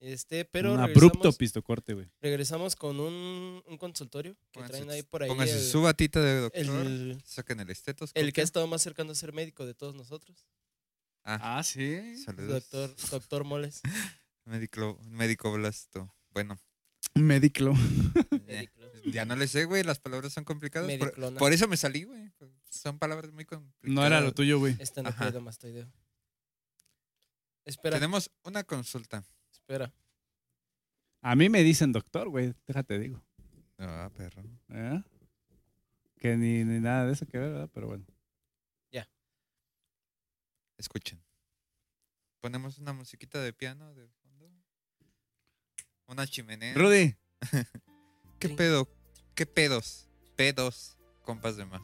Speaker 1: Este, pero
Speaker 3: un
Speaker 1: regresamos-
Speaker 3: abrupto pisto corte, güey.
Speaker 1: Regresamos con un, un consultorio que
Speaker 2: Pónganse
Speaker 1: traen
Speaker 2: su-
Speaker 1: ahí por ahí.
Speaker 2: Pónganse
Speaker 1: el-
Speaker 2: su batita de doctor.
Speaker 1: el-
Speaker 2: saquen el estetoscopio.
Speaker 1: el que ha estado más cercano a ser médico de todos nosotros.
Speaker 2: Ah,
Speaker 3: Ah, sí.
Speaker 2: saludos.
Speaker 1: Doctor, doctor Moles.
Speaker 2: Médico, médico blasto. Bueno.
Speaker 3: Médiclo.
Speaker 2: eh,
Speaker 1: Médico.
Speaker 2: Ya no le sé, güey. Las palabras son complicadas. Por,
Speaker 1: Mediclona.
Speaker 2: por eso me salí, güey. Son palabras muy complicadas.
Speaker 3: No era lo tuyo, güey.
Speaker 1: Esta este no
Speaker 2: Ajá.
Speaker 1: puedo más idea. Espera,
Speaker 2: Tenemos una consulta.
Speaker 1: espera.
Speaker 3: A mí me dicen doctor, güey. Déjate digo.
Speaker 2: Ah, perro.
Speaker 3: ¿Eh? Que ni, ni nada de eso que ver, ¿verdad? Pero bueno.
Speaker 2: Escuchen. Ponemos una musiquita de piano de fondo. Una chimenea.
Speaker 3: Rudy.
Speaker 2: ¿Qué
Speaker 1: Sí.
Speaker 2: pedo? ¿Qué pedos? Pedos, compas de más.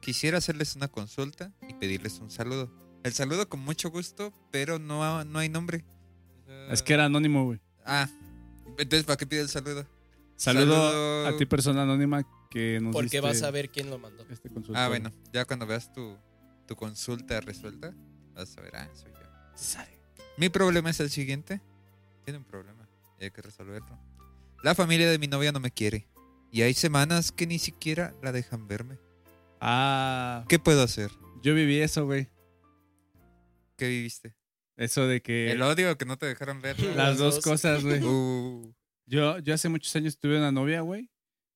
Speaker 2: Quisiera hacerles una consulta y pedirles un saludo. El saludo con mucho gusto, pero no, ha- no hay nombre.
Speaker 3: Es que era anónimo, güey.
Speaker 2: Ah, entonces, ¿para qué pide el saludo?
Speaker 3: Saludo,
Speaker 2: Saludo.
Speaker 3: a ti, persona anónima, que nos
Speaker 1: Porque
Speaker 3: diste
Speaker 1: vas a ver quién lo mandó.
Speaker 3: Este consultorio.
Speaker 2: Ah, bueno, ya cuando veas tu, tu consulta resuelta, vas a ver, ah, soy yo. Mi problema es el siguiente. Tiene un problema y hay que resolverlo. La familia de mi novia no me quiere. Y hay semanas que ni siquiera la dejan verme.
Speaker 3: Ah,
Speaker 2: ¿Qué puedo hacer?
Speaker 3: yo viví eso, güey.
Speaker 2: ¿Qué viviste?
Speaker 3: Eso de que
Speaker 2: El odio que no te dejaron ver. ¿no?
Speaker 3: Eh,
Speaker 1: Los
Speaker 3: las dos
Speaker 1: dos.
Speaker 3: cosas, güey.
Speaker 2: Uh,
Speaker 3: Yo, yo hace muchos años tuve una novia, güey,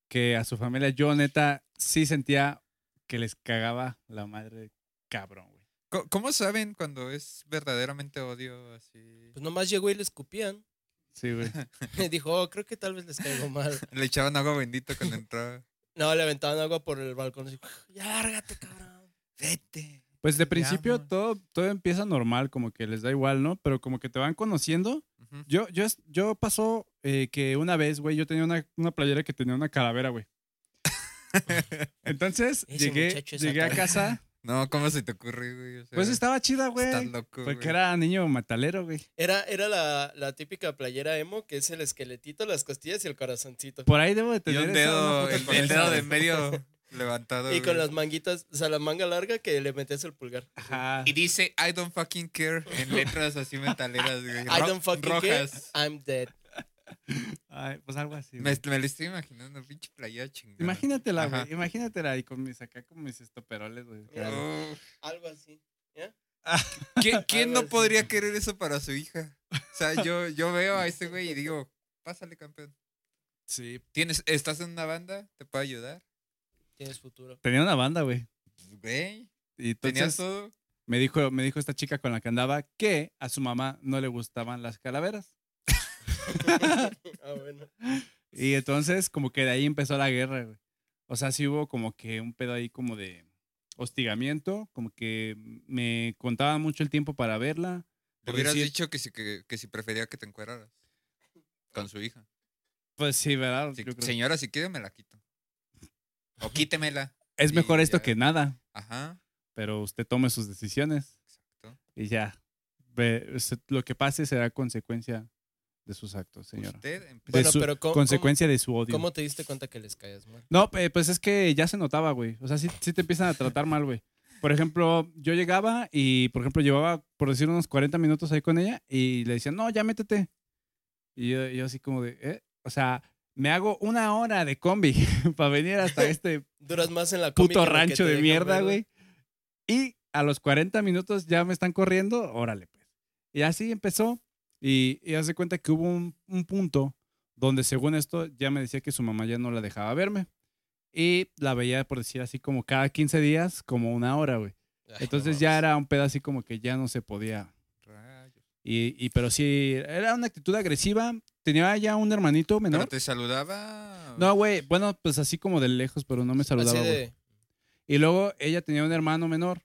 Speaker 3: que a su familia yo neta sí sentía que les cagaba la madre cabrón, güey.
Speaker 2: co- ¿Cómo saben cuando es verdaderamente odio así?
Speaker 1: Pues nomás llegó y le escupían.
Speaker 3: Sí, güey.
Speaker 1: Dijo, "Oh, creo que tal vez les caigo mal.
Speaker 2: Le echaban agua bendita cuando entraba.
Speaker 1: No, le aventaban agua por el balcón. así, ya lárgate, cabrón.
Speaker 2: Vete.
Speaker 3: Pues de principio
Speaker 2: no.
Speaker 3: todo, todo empieza normal, como que les da igual, ¿no? Pero como que te van conociendo.
Speaker 2: Ujú.
Speaker 3: Yo, yo, es- yo pasó eh, que una vez, güey, yo tenía una, una playera que tenía una calavera, güey. Entonces
Speaker 1: Ese
Speaker 3: llegué,
Speaker 1: muchacho es
Speaker 3: llegué a
Speaker 1: satánico.
Speaker 3: casa.
Speaker 2: No, ¿cómo se te ocurre, güey? O sea,
Speaker 3: Pues estaba chida, güey.
Speaker 2: Estás loco,
Speaker 3: Porque
Speaker 2: güey.
Speaker 3: era niño matalero, güey.
Speaker 1: Era, era la, la típica playera emo, que es el esqueletito, las costillas y el corazoncito.
Speaker 3: Por ahí debo de
Speaker 2: Y
Speaker 3: tener
Speaker 2: un
Speaker 3: esa
Speaker 2: dedo,
Speaker 3: una foto
Speaker 2: el,
Speaker 3: con
Speaker 2: el
Speaker 3: esa,
Speaker 2: dedo
Speaker 3: güey.
Speaker 2: de en medio levantado.
Speaker 1: Y con
Speaker 2: güey.
Speaker 1: las manguitas, o sea, la manga larga que le metías el pulgar.
Speaker 3: Ajá.
Speaker 2: Y dice I don't fucking care en letras así metaleras, güey.
Speaker 1: I
Speaker 2: ro-
Speaker 1: don't fucking
Speaker 2: rojas.
Speaker 1: care, I'm dead.
Speaker 3: Ay, pues algo así.
Speaker 2: Me,
Speaker 3: güey.
Speaker 2: me lo estoy imaginando, pinche playa chingada.
Speaker 3: Imagínatela,
Speaker 2: Ajá. Oh,
Speaker 3: güey. Imagínatela. Y con mis acá, con mis estoperoles, güey. acá.
Speaker 2: Uf.
Speaker 1: Algo así.
Speaker 2: ¿Qui- ¿Quién
Speaker 1: Algo
Speaker 2: no
Speaker 1: así.
Speaker 2: podría querer eso para su hija? O sea, yo, yo veo a este güey y digo, pásale, campeón.
Speaker 3: Sí.
Speaker 2: ¿Tienes, ¿Estás en una banda? ¿Te puedo ayudar? Pues,
Speaker 1: Tienes futuro.
Speaker 3: Tenía una banda, güey.
Speaker 2: Güey,
Speaker 3: Y
Speaker 2: tenías
Speaker 3: entonces
Speaker 2: todo.
Speaker 3: me dijo, me dijo esta chica con la que andaba que a su mamá no le gustaban las calaveras.
Speaker 1: ah, bueno.
Speaker 3: Y entonces como que de ahí empezó la guerra, güey. O sea, sí hubo como que un pedo ahí como de hostigamiento, como que me contaban mucho el tiempo para verla.
Speaker 2: Le
Speaker 3: Por
Speaker 2: hubieras
Speaker 3: decir-
Speaker 2: dicho que si, que, que si prefería que te encueraras con su hija.
Speaker 3: Pues sí, ¿verdad?
Speaker 2: Si-
Speaker 3: Yo creo-
Speaker 2: señora, si quiere, me la quito. O quítemela.
Speaker 3: es
Speaker 2: sí,
Speaker 3: mejor esto
Speaker 2: ya.
Speaker 3: que nada,
Speaker 2: Ajá.
Speaker 3: pero usted tome sus decisiones
Speaker 2: Exacto.
Speaker 3: y ya. Ve- se- lo que pase será consecuencia de sus actos, señora. Pues,
Speaker 2: Usted
Speaker 3: De
Speaker 2: empezó.
Speaker 1: Pues, Bueno,
Speaker 3: su-
Speaker 1: pero ¿cómo-
Speaker 3: consecuencia de su odio.
Speaker 1: ¿Cómo te diste cuenta que les caías mal?
Speaker 3: No, eh, pues es que ya se notaba, güey. O sea, sí, sí te empiezan a tratar mal, güey. Por ejemplo, yo llegaba y, por ejemplo, llevaba, por decir, unos 40 minutos ahí con ella y le decían, no, ya métete. Y yo, yo así como de, ¿eh? O sea, me hago una hora de combi para venir hasta este
Speaker 1: Duras más en la combi
Speaker 3: puto
Speaker 1: que lo que
Speaker 3: rancho
Speaker 1: te
Speaker 3: de
Speaker 1: dejan
Speaker 3: mierda,
Speaker 1: ver,
Speaker 3: güey. Y a los 40 minutos ya me están corriendo, órale, pues. Y así empezó. Y, y hace cuenta que hubo un, un punto donde, según esto, ya me decía que su mamá ya no la dejaba verme. Y la veía, por decir así, como cada 15 días, como una hora, güey.
Speaker 1: Ay, no
Speaker 3: Entonces
Speaker 1: mames.
Speaker 3: ya era un pedo así como que ya no se podía.
Speaker 2: Rayos.
Speaker 3: Y, y- pero sí, era una actitud agresiva. Tenía ya un hermanito
Speaker 2: Pero
Speaker 3: menor.
Speaker 2: te saludaba.
Speaker 3: No, güey, bueno, pues así como de lejos, pero no me saludaba,
Speaker 1: Así
Speaker 3: güey.
Speaker 1: de,
Speaker 3: Y luego ella tenía un hermano menor,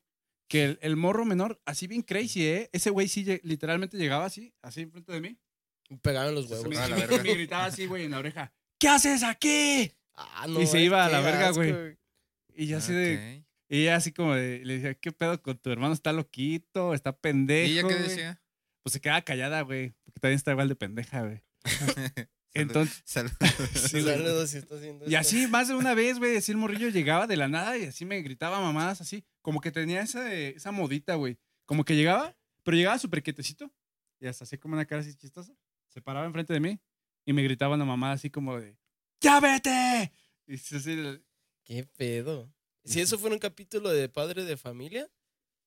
Speaker 3: que el, el morro menor, así bien crazy, ¿eh? Ese güey sí lle- literalmente llegaba así, así enfrente de mí.
Speaker 1: pegaron los
Speaker 3: Se
Speaker 1: huevos.
Speaker 3: me,
Speaker 2: Ah, la
Speaker 3: me-
Speaker 2: verga.
Speaker 3: me gritaba así, güey, en la oreja. ¿Qué haces aquí?
Speaker 1: Ah, no,
Speaker 3: Y se
Speaker 1: eh,
Speaker 3: iba a la
Speaker 1: qué
Speaker 3: verga,
Speaker 1: asco,
Speaker 3: güey. Y yo así de...
Speaker 2: Ok.
Speaker 3: Y ella así como de... Le decía, ¿qué pedo con tu hermano? ¿Está loquito? ¿Está pendejo?
Speaker 2: ¿Y ella qué
Speaker 3: güey?"
Speaker 2: decía?
Speaker 3: Pues se quedaba callada, güey. Porque también está igual de pendeja, güey. Entonces...
Speaker 2: Salud-
Speaker 3: sí, güey.
Speaker 1: Saludos, si está haciendo
Speaker 3: Y
Speaker 1: esto.
Speaker 3: así, más de una vez, güey, así el morrillo llegaba de la nada y así me gritaba mamadas, así. Como que tenía esa, esa modita, güey. Como que llegaba, pero llegaba súper quietecito y hasta así como una cara así chistosa. Se paraba enfrente de mí y me gritaba una mamada así como de, ¡Ya vete! Y sí, así, el-
Speaker 1: ¿Qué pedo? Si eso fuera un capítulo de padre de familia,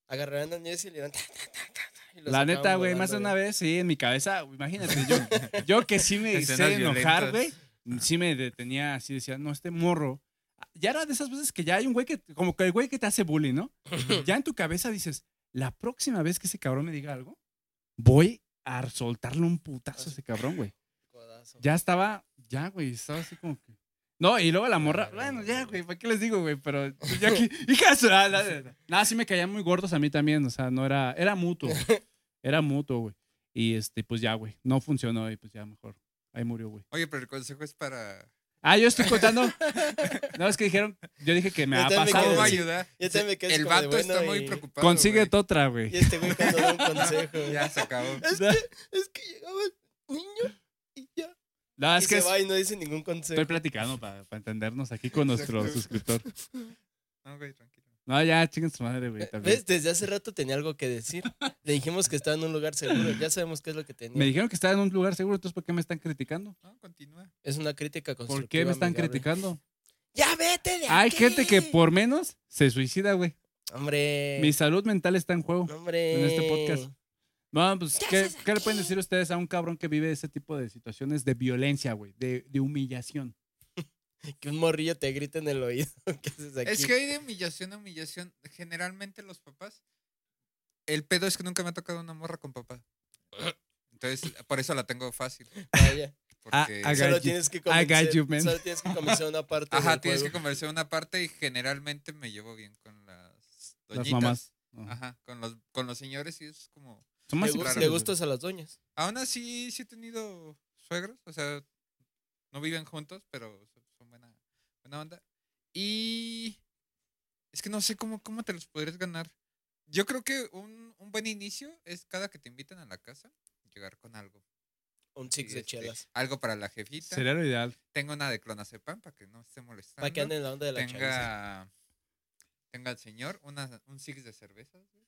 Speaker 1: agarrarán a Nies y le dan. ta, ta, ta, ta, ta, y lo
Speaker 3: la
Speaker 1: sacaban
Speaker 3: neta, güey, más de
Speaker 1: volando,
Speaker 3: una vez, sí, en mi cabeza, imagínate, yo, yo que sí me
Speaker 2: Escenas
Speaker 3: hice enojar,
Speaker 2: violentas. Ah.
Speaker 3: güey, sí me detenía así, decía, no, este morro. Ya era de esas veces que ya hay un güey que, como que el güey que te hace bullying, ¿no? ya en tu cabeza dices, la próxima vez que ese cabrón me diga algo, voy a soltarle un putazo a ese cabrón, güey.
Speaker 1: codazo.
Speaker 3: Ya estaba, ya, güey, estaba así como que... No, y luego la morra,
Speaker 1: verga,
Speaker 3: bueno,
Speaker 1: güey.
Speaker 3: ya, güey, ¿para qué les digo, güey? Pero ya aquí, hija de su- ah, la- la- la. Nada, sí me caían muy gordos a mí también, o sea, no era, era mutuo, güey. era mutuo, güey. Y este, pues ya, güey, no funcionó y pues ya mejor, ahí murió, güey.
Speaker 2: Oye, pero el consejo es para.
Speaker 3: Ah, yo estoy contando, no, es que dijeron, yo dije que me
Speaker 1: Yo
Speaker 3: ha
Speaker 1: también me
Speaker 3: pasado,
Speaker 1: quedé
Speaker 2: ¿Cómo
Speaker 1: así.
Speaker 3: güey.
Speaker 2: ayudar?
Speaker 1: Yo también me quedé así
Speaker 2: El
Speaker 1: como de,
Speaker 2: vato
Speaker 1: bueno,
Speaker 2: está
Speaker 1: y-
Speaker 2: muy preocupado. güey.
Speaker 3: Consíguete otra, güey.
Speaker 1: Y este güey cuando da un consejo.
Speaker 2: Ya se acabó.
Speaker 1: Es que, es que llegaba el niño y ya.
Speaker 3: No, Ah, es
Speaker 1: y
Speaker 3: que
Speaker 1: se
Speaker 3: es-
Speaker 1: va y no dice ningún consejo.
Speaker 3: Estoy platicando para, entendernos aquí con nuestro
Speaker 2: Exacto.
Speaker 3: suscriptor.
Speaker 2: No, güey, tranquilo.
Speaker 3: No, ya, chingas tu madre, güey. también.
Speaker 1: ¿Ves? Desde hace rato tenía algo que decir. Le dijimos que estaba en un lugar seguro. Ya sabemos qué es lo que tenía.
Speaker 3: Me dijeron que estaba en un lugar seguro, entonces ¿por qué me están criticando?
Speaker 2: No, continúa.
Speaker 1: Es una crítica constructiva.
Speaker 3: ¿Por qué me están
Speaker 1: amigable.
Speaker 3: criticando?
Speaker 1: ¡Ya vete de
Speaker 3: Hay
Speaker 1: aquí!
Speaker 3: gente que por menos se suicida, güey.
Speaker 1: Hombre.
Speaker 3: Mi salud mental está en juego.
Speaker 1: Hombre.
Speaker 3: en este podcast. No, pues,
Speaker 1: ¿Qué
Speaker 3: ¿qué,
Speaker 1: haces
Speaker 3: qué le pueden
Speaker 1: aquí?
Speaker 3: decir ustedes a un cabrón que vive ese tipo de situaciones de violencia, güey? De, de humillación.
Speaker 1: Que un morrillo te grite en el oído. ¿Qué haces aquí?
Speaker 2: Es que hay de humillación a humillación. Generalmente los papás. El pedo es que nunca me ha tocado una morra con papá. Entonces, por eso la tengo fácil.
Speaker 1: Vaya.
Speaker 2: Porque...
Speaker 5: Ah, I
Speaker 1: Solo
Speaker 5: got you.
Speaker 1: tienes que
Speaker 5: I got
Speaker 1: convencer-
Speaker 5: you, man.
Speaker 1: Solo tienes que comenzar una parte.
Speaker 2: Ajá,
Speaker 1: del
Speaker 2: tienes que
Speaker 1: juego.
Speaker 2: conversar una parte y generalmente me llevo bien con las
Speaker 5: Las
Speaker 2: doñitas.
Speaker 5: mamás.
Speaker 2: Ajá, con los, con los señores y es como...
Speaker 3: Son
Speaker 1: Le,
Speaker 3: más
Speaker 1: gu- le
Speaker 2: Claro.
Speaker 3: simples, güey.
Speaker 1: gustas a las doñas.
Speaker 2: Aún así, sí he tenido suegros, o sea, no viven juntos, pero son- son buena, buena onda. Y es que no sé cómo, cómo te los podrías ganar. Yo creo que un, un buen inicio es cada que te invitan a la casa, llegar con algo.
Speaker 1: Un six
Speaker 2: Y,
Speaker 1: de
Speaker 2: este,
Speaker 1: chelas.
Speaker 2: Algo para la jefita.
Speaker 5: Sería lo ideal.
Speaker 2: Tengo una de clonazepam para que ah, no esté molestando.
Speaker 1: Para que anden en la onda de la chaviza.
Speaker 2: tenga, tenga al señor una, un six de cervezas, güey,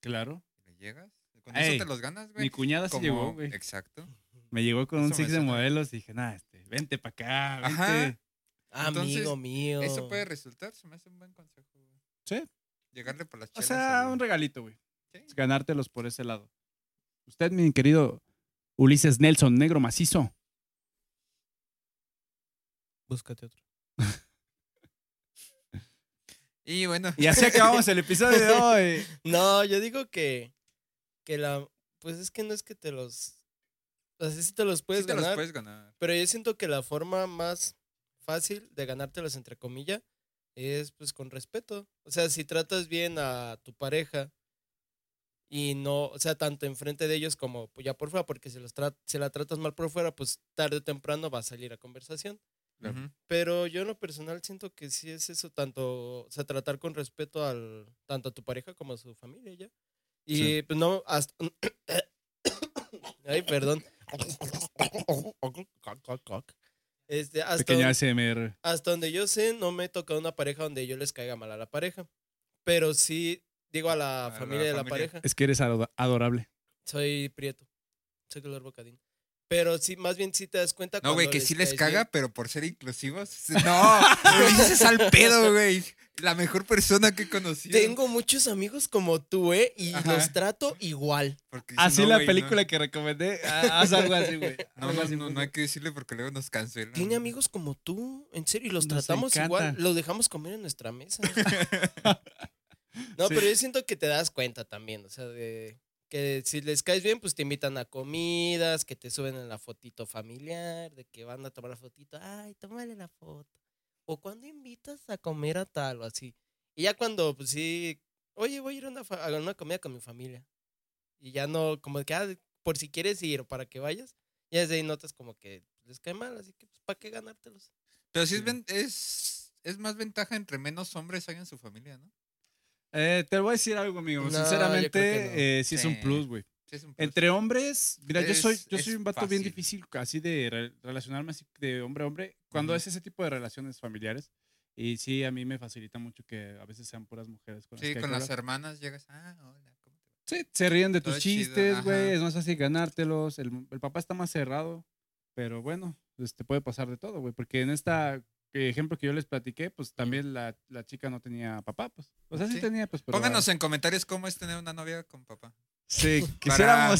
Speaker 3: Claro.
Speaker 2: y le llegas. Con
Speaker 3: Ey,
Speaker 2: eso te los ganas, güey.
Speaker 3: Mi cuñada sí
Speaker 2: Como-
Speaker 3: llegó, güey.
Speaker 2: Exacto.
Speaker 3: Me llegó con
Speaker 2: Eso
Speaker 3: un
Speaker 2: me
Speaker 3: six de
Speaker 2: suena.
Speaker 3: modelos y dije, nah, este, vente para acá, vente.
Speaker 2: Ajá. Entonces,
Speaker 1: Amigo mío.
Speaker 2: Eso puede resultar, se me hace un buen consejo. güey.
Speaker 3: Sí.
Speaker 2: Llegarle por las
Speaker 3: O
Speaker 2: chelas.
Speaker 3: sea,
Speaker 2: al-
Speaker 3: un regalito, güey.
Speaker 2: Sí.
Speaker 3: Ganártelos por ese lado. Usted, mi querido Ulises Nelson, negro macizo.
Speaker 1: Búscate otro.
Speaker 2: Y bueno,
Speaker 3: Y así acabamos el episodio de hoy.
Speaker 1: No, yo digo que. Que la. Pues es que no es que te los. O sea, sí te los puedes
Speaker 2: sí te
Speaker 1: ganar.
Speaker 2: los puedes ganar.
Speaker 1: Pero yo siento que la forma más fácil de ganártelos, entre comillas, es pues con respeto. O sea, si tratas bien a tu pareja y no, o sea, tanto enfrente de ellos como pues, ya por fuera, porque si, los tra- si la tratas mal por fuera, pues tarde o temprano va a salir a conversación.
Speaker 5: Claro.
Speaker 2: Ujú.
Speaker 1: Pero yo en lo personal siento que sí es eso, tanto, o sea, tratar con respeto al, tanto a tu pareja como a su familia ya. Y
Speaker 3: Sí.
Speaker 1: pues no, hasta... Ay, perdón. Este, hasta,
Speaker 3: Pequeño
Speaker 1: don-
Speaker 3: ASMR.
Speaker 1: hasta donde yo sé, no me he tocado una pareja donde yo les caiga mal a la pareja. Pero sí, digo a la
Speaker 2: A la
Speaker 1: familia de la
Speaker 2: familia.
Speaker 1: pareja,
Speaker 3: Es que eres ado- adorable.
Speaker 1: soy prieto, soy color bocadín. Pero sí, más bien sí te das cuenta
Speaker 2: No, güey,
Speaker 1: cuando
Speaker 2: que sí les
Speaker 1: caes bien.
Speaker 2: caga, pero por ser inclusivos. No, Ulises al pedo, güey. La mejor persona que he conocido.
Speaker 1: Tengo muchos amigos como tú, ¿eh? Y
Speaker 2: Ajá.
Speaker 1: los trato igual.
Speaker 2: Porque dice,
Speaker 3: Así
Speaker 2: no,
Speaker 3: la
Speaker 2: güey, no.
Speaker 3: película que recomendé, ah, haz algo así, güey.
Speaker 2: No,
Speaker 3: Algo
Speaker 2: no,
Speaker 3: así,
Speaker 2: no, no hay que decirle porque luego nos cancelan.
Speaker 1: Tiene amigos como tú, en serio, y los
Speaker 3: Nos
Speaker 1: tratamos igual.
Speaker 3: encanta.
Speaker 1: Los dejamos comer en nuestra mesa. no,
Speaker 3: Sí.
Speaker 1: pero yo siento que te das cuenta también, o sea, de que si les caes bien, pues te invitan a comidas, que te suben en la fotito familiar, de que van a tomar la fotito, ay, tómale la foto. O cuando invitas a comer a tal o así. Y ya cuando, pues sí, oye, voy a ir a una, fa- a una comida con mi familia. Y ya no, como que, ah, por si quieres ir o para que vayas, ya desde ahí notas como que les cae mal, así que, pues, ¿para qué ganártelos?
Speaker 2: Pero sí es,
Speaker 3: Sí.
Speaker 2: ven- es, es más ventaja entre menos hombres hay en su familia, ¿no?
Speaker 3: Eh, te voy a decir algo, amigo.
Speaker 1: No, yo creo que no.
Speaker 3: Sinceramente, eh, sí es un
Speaker 2: Sí.
Speaker 3: plus, güey.
Speaker 2: Sí, es un plus.
Speaker 3: Entre hombres, mira, yo soy,
Speaker 2: Es-
Speaker 3: yo
Speaker 2: es
Speaker 3: soy un vato bien
Speaker 2: fácil.
Speaker 3: difícil así de re- relacionarme así de hombre a hombre. Cuando
Speaker 2: Ujú.
Speaker 3: es ese tipo de relaciones familiares. Y sí, a mí me facilita mucho que a veces sean puras mujeres. Con las
Speaker 2: Sí,
Speaker 3: pues, que
Speaker 2: con
Speaker 3: hablas.
Speaker 2: las hermanas llegas. Ah, hola. ¿cómo te va?"
Speaker 3: Sí, se ríen de
Speaker 2: Todo
Speaker 3: tus
Speaker 2: chido,
Speaker 3: chistes, güey.
Speaker 2: ajá.
Speaker 3: Es más fácil ganártelos. El, el papá está más cerrado. Pero bueno, pues, te puede pasar de todo, güey. Porque en este ejemplo que yo les platiqué, pues también la, la chica no tenía papá, pues. O sea, sí,
Speaker 2: Sí.
Speaker 3: tenía, pues. Pero,
Speaker 2: Pónganos en comentarios cómo es tener una novia con papá.
Speaker 3: Sí, quisiéramos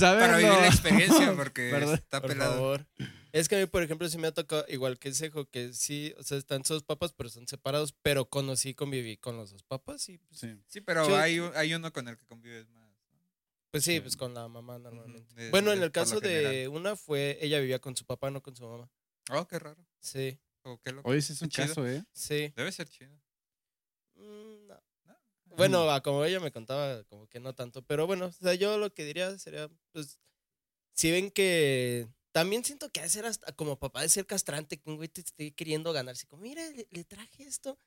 Speaker 2: para,
Speaker 3: saberlo.
Speaker 2: Para vivir la experiencia, porque
Speaker 3: Perdón.
Speaker 2: está
Speaker 1: Por
Speaker 2: pelado.
Speaker 1: favor. Es que a mí, por ejemplo, sí me ha tocado, igual que ese hijo, que sí, o sea, están sus papás, pero están separados, pero conocí, conviví con los dos papás y pues
Speaker 3: Sí.
Speaker 2: Sí, pero
Speaker 1: Yo-
Speaker 2: hay, un- hay uno con el que convives más. ¿no?
Speaker 1: Pues sí,
Speaker 3: Sí.
Speaker 1: pues con la mamá normalmente.
Speaker 2: Ujú, de-
Speaker 1: bueno, en
Speaker 2: de-
Speaker 1: el
Speaker 2: por lo
Speaker 1: caso de
Speaker 2: general.
Speaker 1: una fue, ella vivía con su papá, no con su mamá.
Speaker 2: Oh, qué raro.
Speaker 1: Sí,
Speaker 2: O qué loco.
Speaker 3: Oye, ese es un
Speaker 2: Chido.
Speaker 3: caso, ¿eh?
Speaker 1: sí.
Speaker 2: Debe ser chido.
Speaker 1: Mm, no.
Speaker 2: Mm.
Speaker 1: Bueno, a como ella me contaba, como que no tanto. Pero bueno, o sea, yo lo que diría sería, pues, si ven que... También siento que hacer hasta como papá de ser castrante, que un güey te esté queriendo ganar. Así como, mira, le, le traje esto.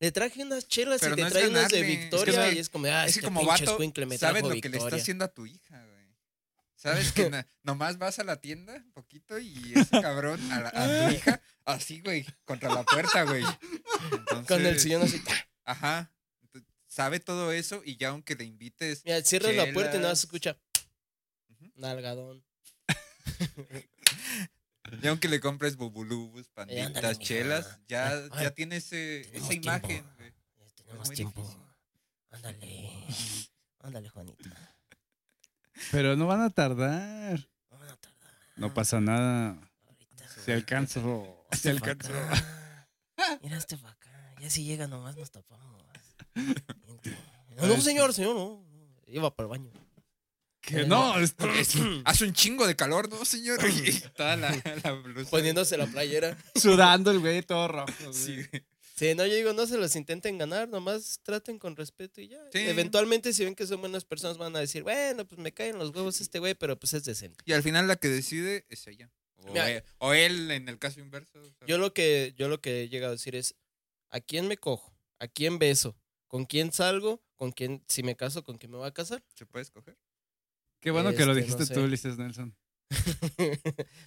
Speaker 1: Le traje unas chelas
Speaker 2: Pero
Speaker 1: y te
Speaker 2: no es
Speaker 1: trae unas de
Speaker 2: ganarle, es que
Speaker 1: Victoria.
Speaker 2: sabe-
Speaker 1: y es como, ah,
Speaker 2: es
Speaker 1: este
Speaker 2: que como
Speaker 1: pinche
Speaker 2: vato,
Speaker 1: escuincle me
Speaker 2: sabes
Speaker 1: trajo
Speaker 2: lo que le está
Speaker 1: Victoria.
Speaker 2: haciendo a tu hija, güey. Sabes que na- nomás vas a la tienda un poquito y ese cabrón a, la- a
Speaker 1: Ah.
Speaker 2: tu hija así, güey, contra la puerta, güey.
Speaker 1: Con el
Speaker 2: Entonces,
Speaker 1: sillón así.
Speaker 2: Ajá. Ent- Sabe todo eso y ya aunque le invites,
Speaker 1: Mira, cierras la puerta y nada más se
Speaker 2: Chelas.
Speaker 1: escucha.
Speaker 2: Ujú.
Speaker 1: Nalgadón.
Speaker 2: ya aunque le compres bubulubus,
Speaker 1: ándale,
Speaker 2: panditas,
Speaker 1: mija.
Speaker 2: chelas, ya,
Speaker 1: Ay,
Speaker 2: ya tiene ese-
Speaker 1: tenemos
Speaker 2: esa
Speaker 1: tiempo.
Speaker 2: imagen, güey.
Speaker 1: Ya
Speaker 2: Es
Speaker 1: tenemos
Speaker 2: muy
Speaker 1: Este, tiempo.
Speaker 2: difícil.
Speaker 1: Ándale. Ándale, Juanita.
Speaker 3: Pero no van a tardar.
Speaker 1: No van a tardar.
Speaker 3: No pasa nada.
Speaker 1: Ahorita.
Speaker 3: Se alcanzó. Se
Speaker 1: Hazte pa'
Speaker 3: alcanzó.
Speaker 1: acá. Mira este para acá. Ya si llega nomás nos tapamos. Vente.
Speaker 2: Ay,
Speaker 1: No,
Speaker 2: sí.
Speaker 1: señor, señor, no. Iba para el baño. Eh,
Speaker 2: Que no, es- es- hace un chingo de calor, ¿no, señor? Y toda la, la blusa.
Speaker 1: Poniéndose la playera.
Speaker 3: Sudando el güey todo rojo. güey.
Speaker 2: Sí, güey.
Speaker 1: Sí, no, yo digo, no se los intenten ganar, nomás traten con respeto y ya.
Speaker 2: Sí.
Speaker 1: Eventualmente, si ven que son buenas personas, van a decir, bueno, pues me caen los huevos este güey, pero pues es decente.
Speaker 2: Y al final la que decide es ella. O,
Speaker 1: Mira.
Speaker 2: él, o él, en el caso inverso. o sea,
Speaker 1: Yo lo que, yo lo que he llegado a decir es, ¿a quién me cojo? ¿A quién beso? ¿Con quién salgo? ¿Con quién, si me caso, con quién me voy a casar?
Speaker 2: ¿Se puede escoger?
Speaker 3: Qué bueno que
Speaker 1: Este,
Speaker 3: lo
Speaker 1: no
Speaker 3: dijiste
Speaker 1: sé.
Speaker 3: tú, Ulises Nelson.
Speaker 1: Pero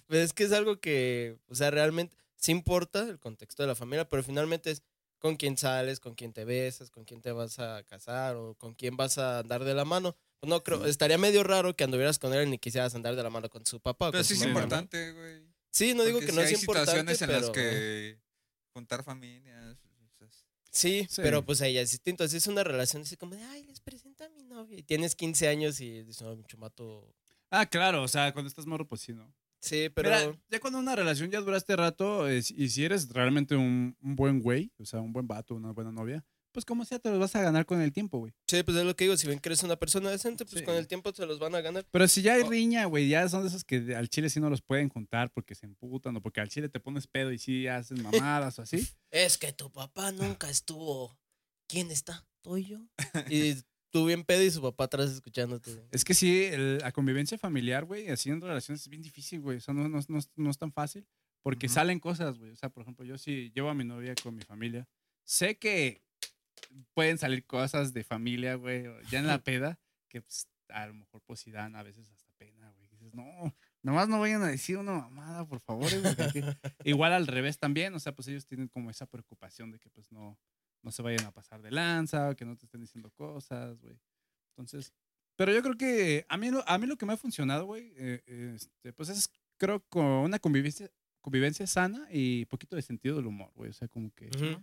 Speaker 1: Pues, es que es algo que, o sea, realmente sí importa el contexto de la familia, pero finalmente es con quién sales, con quién te besas, con quién te vas a casar o con quién vas a andar de la mano. Pues No creo, estaría medio raro que anduvieras con él y ni quisieras andar de la mano con su papá. o
Speaker 2: Pero
Speaker 1: con
Speaker 2: sí
Speaker 1: su
Speaker 2: es
Speaker 3: sí,
Speaker 1: mamá, ¿no?
Speaker 2: importante, güey.
Speaker 1: Sí, no digo
Speaker 2: Porque
Speaker 1: que
Speaker 2: sí
Speaker 1: no
Speaker 2: hay
Speaker 1: es importante,
Speaker 2: situaciones en las
Speaker 1: pero-
Speaker 2: que juntar familias. o sea,
Speaker 1: Sí,
Speaker 3: Sí.
Speaker 1: pero pues ella es distinto. Así es una relación así como de, ay, les presento a mi novia. Y tienes 15 años y dices, no, mi chumato.
Speaker 3: Ah, claro, o sea, cuando estás morro, pues sí, ¿no?
Speaker 1: Sí, pero...
Speaker 3: Mira, ya cuando una relación ya duraste rato es- y si eres realmente un, un buen güey, o sea, un buen vato, una buena novia, pues como sea, te los vas a ganar con el tiempo, güey.
Speaker 1: Sí, pues es lo que digo, si ven que eres una persona decente, pues
Speaker 3: Sí.
Speaker 1: con el tiempo se los van a ganar.
Speaker 3: Pero si ya hay
Speaker 2: Oh.
Speaker 3: riña, güey, ya son de esos que al chile sí no los pueden juntar porque se emputan o porque al chile te pones pedo y sí haces mamadas o así.
Speaker 1: Es que tu papá nunca estuvo. ¿Quién está? ¿Tú y yo? Y tú bien pedo y su papá atrás escuchándote.
Speaker 3: Es que sí, el- la convivencia familiar, güey, así en relaciones es bien difícil, güey. O sea, no, no, no es- no es tan fácil porque
Speaker 2: Ujú.
Speaker 3: salen cosas, güey. O sea, por ejemplo, yo sí llevo a mi novia con mi familia. Sé que pueden salir cosas de familia, güey, o ya en la peda, que pues, a lo mejor pues sí dan a veces hasta pena, güey. Dices, no, nomás no vayan a decir una mamada, por favor. eh, güey, porque Igual al revés también, o sea, pues ellos tienen como esa preocupación de que pues no, no se vayan a pasar de lanza, o que no te estén diciendo cosas, güey. Entonces, pero yo creo que a mí, lo- a mí lo que me ha funcionado, güey, eh, este, pues es, creo, con una convivencia, convivencia sana y poquito de sentido del humor, güey. O sea, como que,
Speaker 1: Ujú.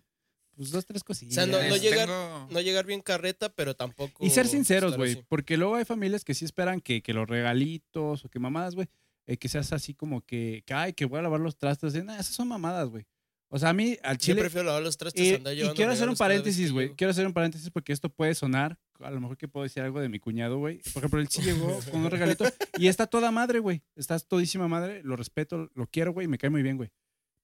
Speaker 3: pues dos, tres cosillas.
Speaker 1: no- no
Speaker 2: es-
Speaker 1: llega- llegar-
Speaker 2: tengo-
Speaker 1: No llegar bien carreta, pero tampoco.
Speaker 3: Y ser sinceros,
Speaker 1: estar
Speaker 3: güey,
Speaker 1: así.
Speaker 3: porque luego hay familias que sí esperan que, que los regalitos o que mamadas, güey, eh, que seas así como que, que, ay, que voy a lavar los trastes. Eh, nah, esas son mamadas, güey. O sea, a mí, al
Speaker 1: Yo
Speaker 3: chile,
Speaker 1: prefiero lavar los trastes.
Speaker 3: y,
Speaker 1: andar
Speaker 3: y
Speaker 1: llevando
Speaker 3: quiero hacer un
Speaker 1: regalos cada vez que
Speaker 3: paréntesis, güey.
Speaker 1: llego.
Speaker 3: Quiero hacer un paréntesis porque esto puede sonar. A lo mejor que puedo decir algo de mi cuñado, güey. Por ejemplo, él sí llegó con un regalito y está toda madre, güey. Está todísima madre. Lo respeto, lo quiero, güey. Me cae muy bien, güey.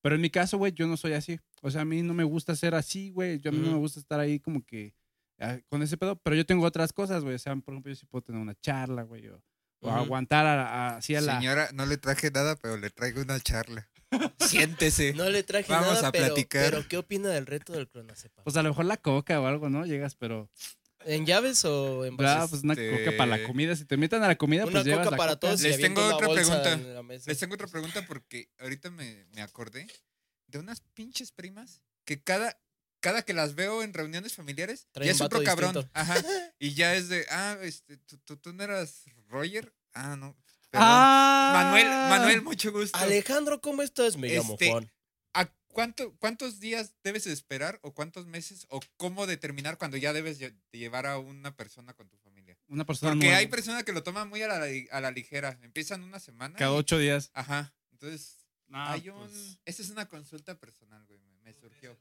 Speaker 3: Pero en mi caso, güey, yo no soy así. O sea, a mí no me gusta ser así, güey. Yo a mí no me
Speaker 1: Ujú.
Speaker 3: gusta estar ahí como que ah, con ese pedo. Pero yo tengo otras cosas, güey. O sea, por ejemplo, yo sí puedo tener una charla, güey. O, o
Speaker 1: Ujú.
Speaker 3: aguantar a- a- así a la.
Speaker 2: Señora, no le traje nada, pero le traigo una charla. Siéntese.
Speaker 1: No le traje
Speaker 2: Vamos
Speaker 1: nada,
Speaker 2: a
Speaker 1: pero,
Speaker 2: platicar.
Speaker 1: pero ¿qué opina del reto del cronocepa?
Speaker 3: Pues a lo mejor la coca o algo, ¿no? Llegas, pero.
Speaker 1: ¿En llaves o en
Speaker 3: Ah,
Speaker 1: vasos?
Speaker 3: pues una
Speaker 2: Este-
Speaker 3: coca para la comida. Si te invitan a la comida,
Speaker 1: Una
Speaker 3: pues llevas
Speaker 1: coca
Speaker 3: la
Speaker 1: para todos. y
Speaker 2: Les
Speaker 1: aviento
Speaker 2: tengo
Speaker 1: una
Speaker 2: otra
Speaker 1: bolsa
Speaker 2: pregunta.
Speaker 1: en la mesa.
Speaker 2: Les tengo otra pregunta porque ahorita me, me acordé de unas pinches primas que cada, cada que las veo en reuniones familiares
Speaker 1: Traen
Speaker 2: ya es
Speaker 1: vato
Speaker 2: otro cabrón.
Speaker 1: distinto.
Speaker 2: Ajá. Y ya es de, ah, este, tú, tú- tú no eras Roger. Ah, no. perdón.
Speaker 3: Ah,
Speaker 2: Manuel, Manuel, mucho gusto.
Speaker 1: Alejandro, ¿cómo estás? Me llamo
Speaker 2: Este,
Speaker 1: Juan.
Speaker 2: ¿A cuánto, ¿Cuántos días debes esperar o cuántos meses o cómo determinar cuando ya debes lle- llevar a una persona con tu familia?
Speaker 3: Una persona
Speaker 2: Porque
Speaker 3: nueva.
Speaker 2: hay personas que lo toman muy a la, li- a la ligera. Empiezan una semana.
Speaker 3: Cada
Speaker 2: y-
Speaker 3: ocho días.
Speaker 2: Ajá. Entonces,
Speaker 3: Ah,
Speaker 2: hay un...
Speaker 3: pues,
Speaker 2: Esta es una consulta personal, güey. Me, me surgió.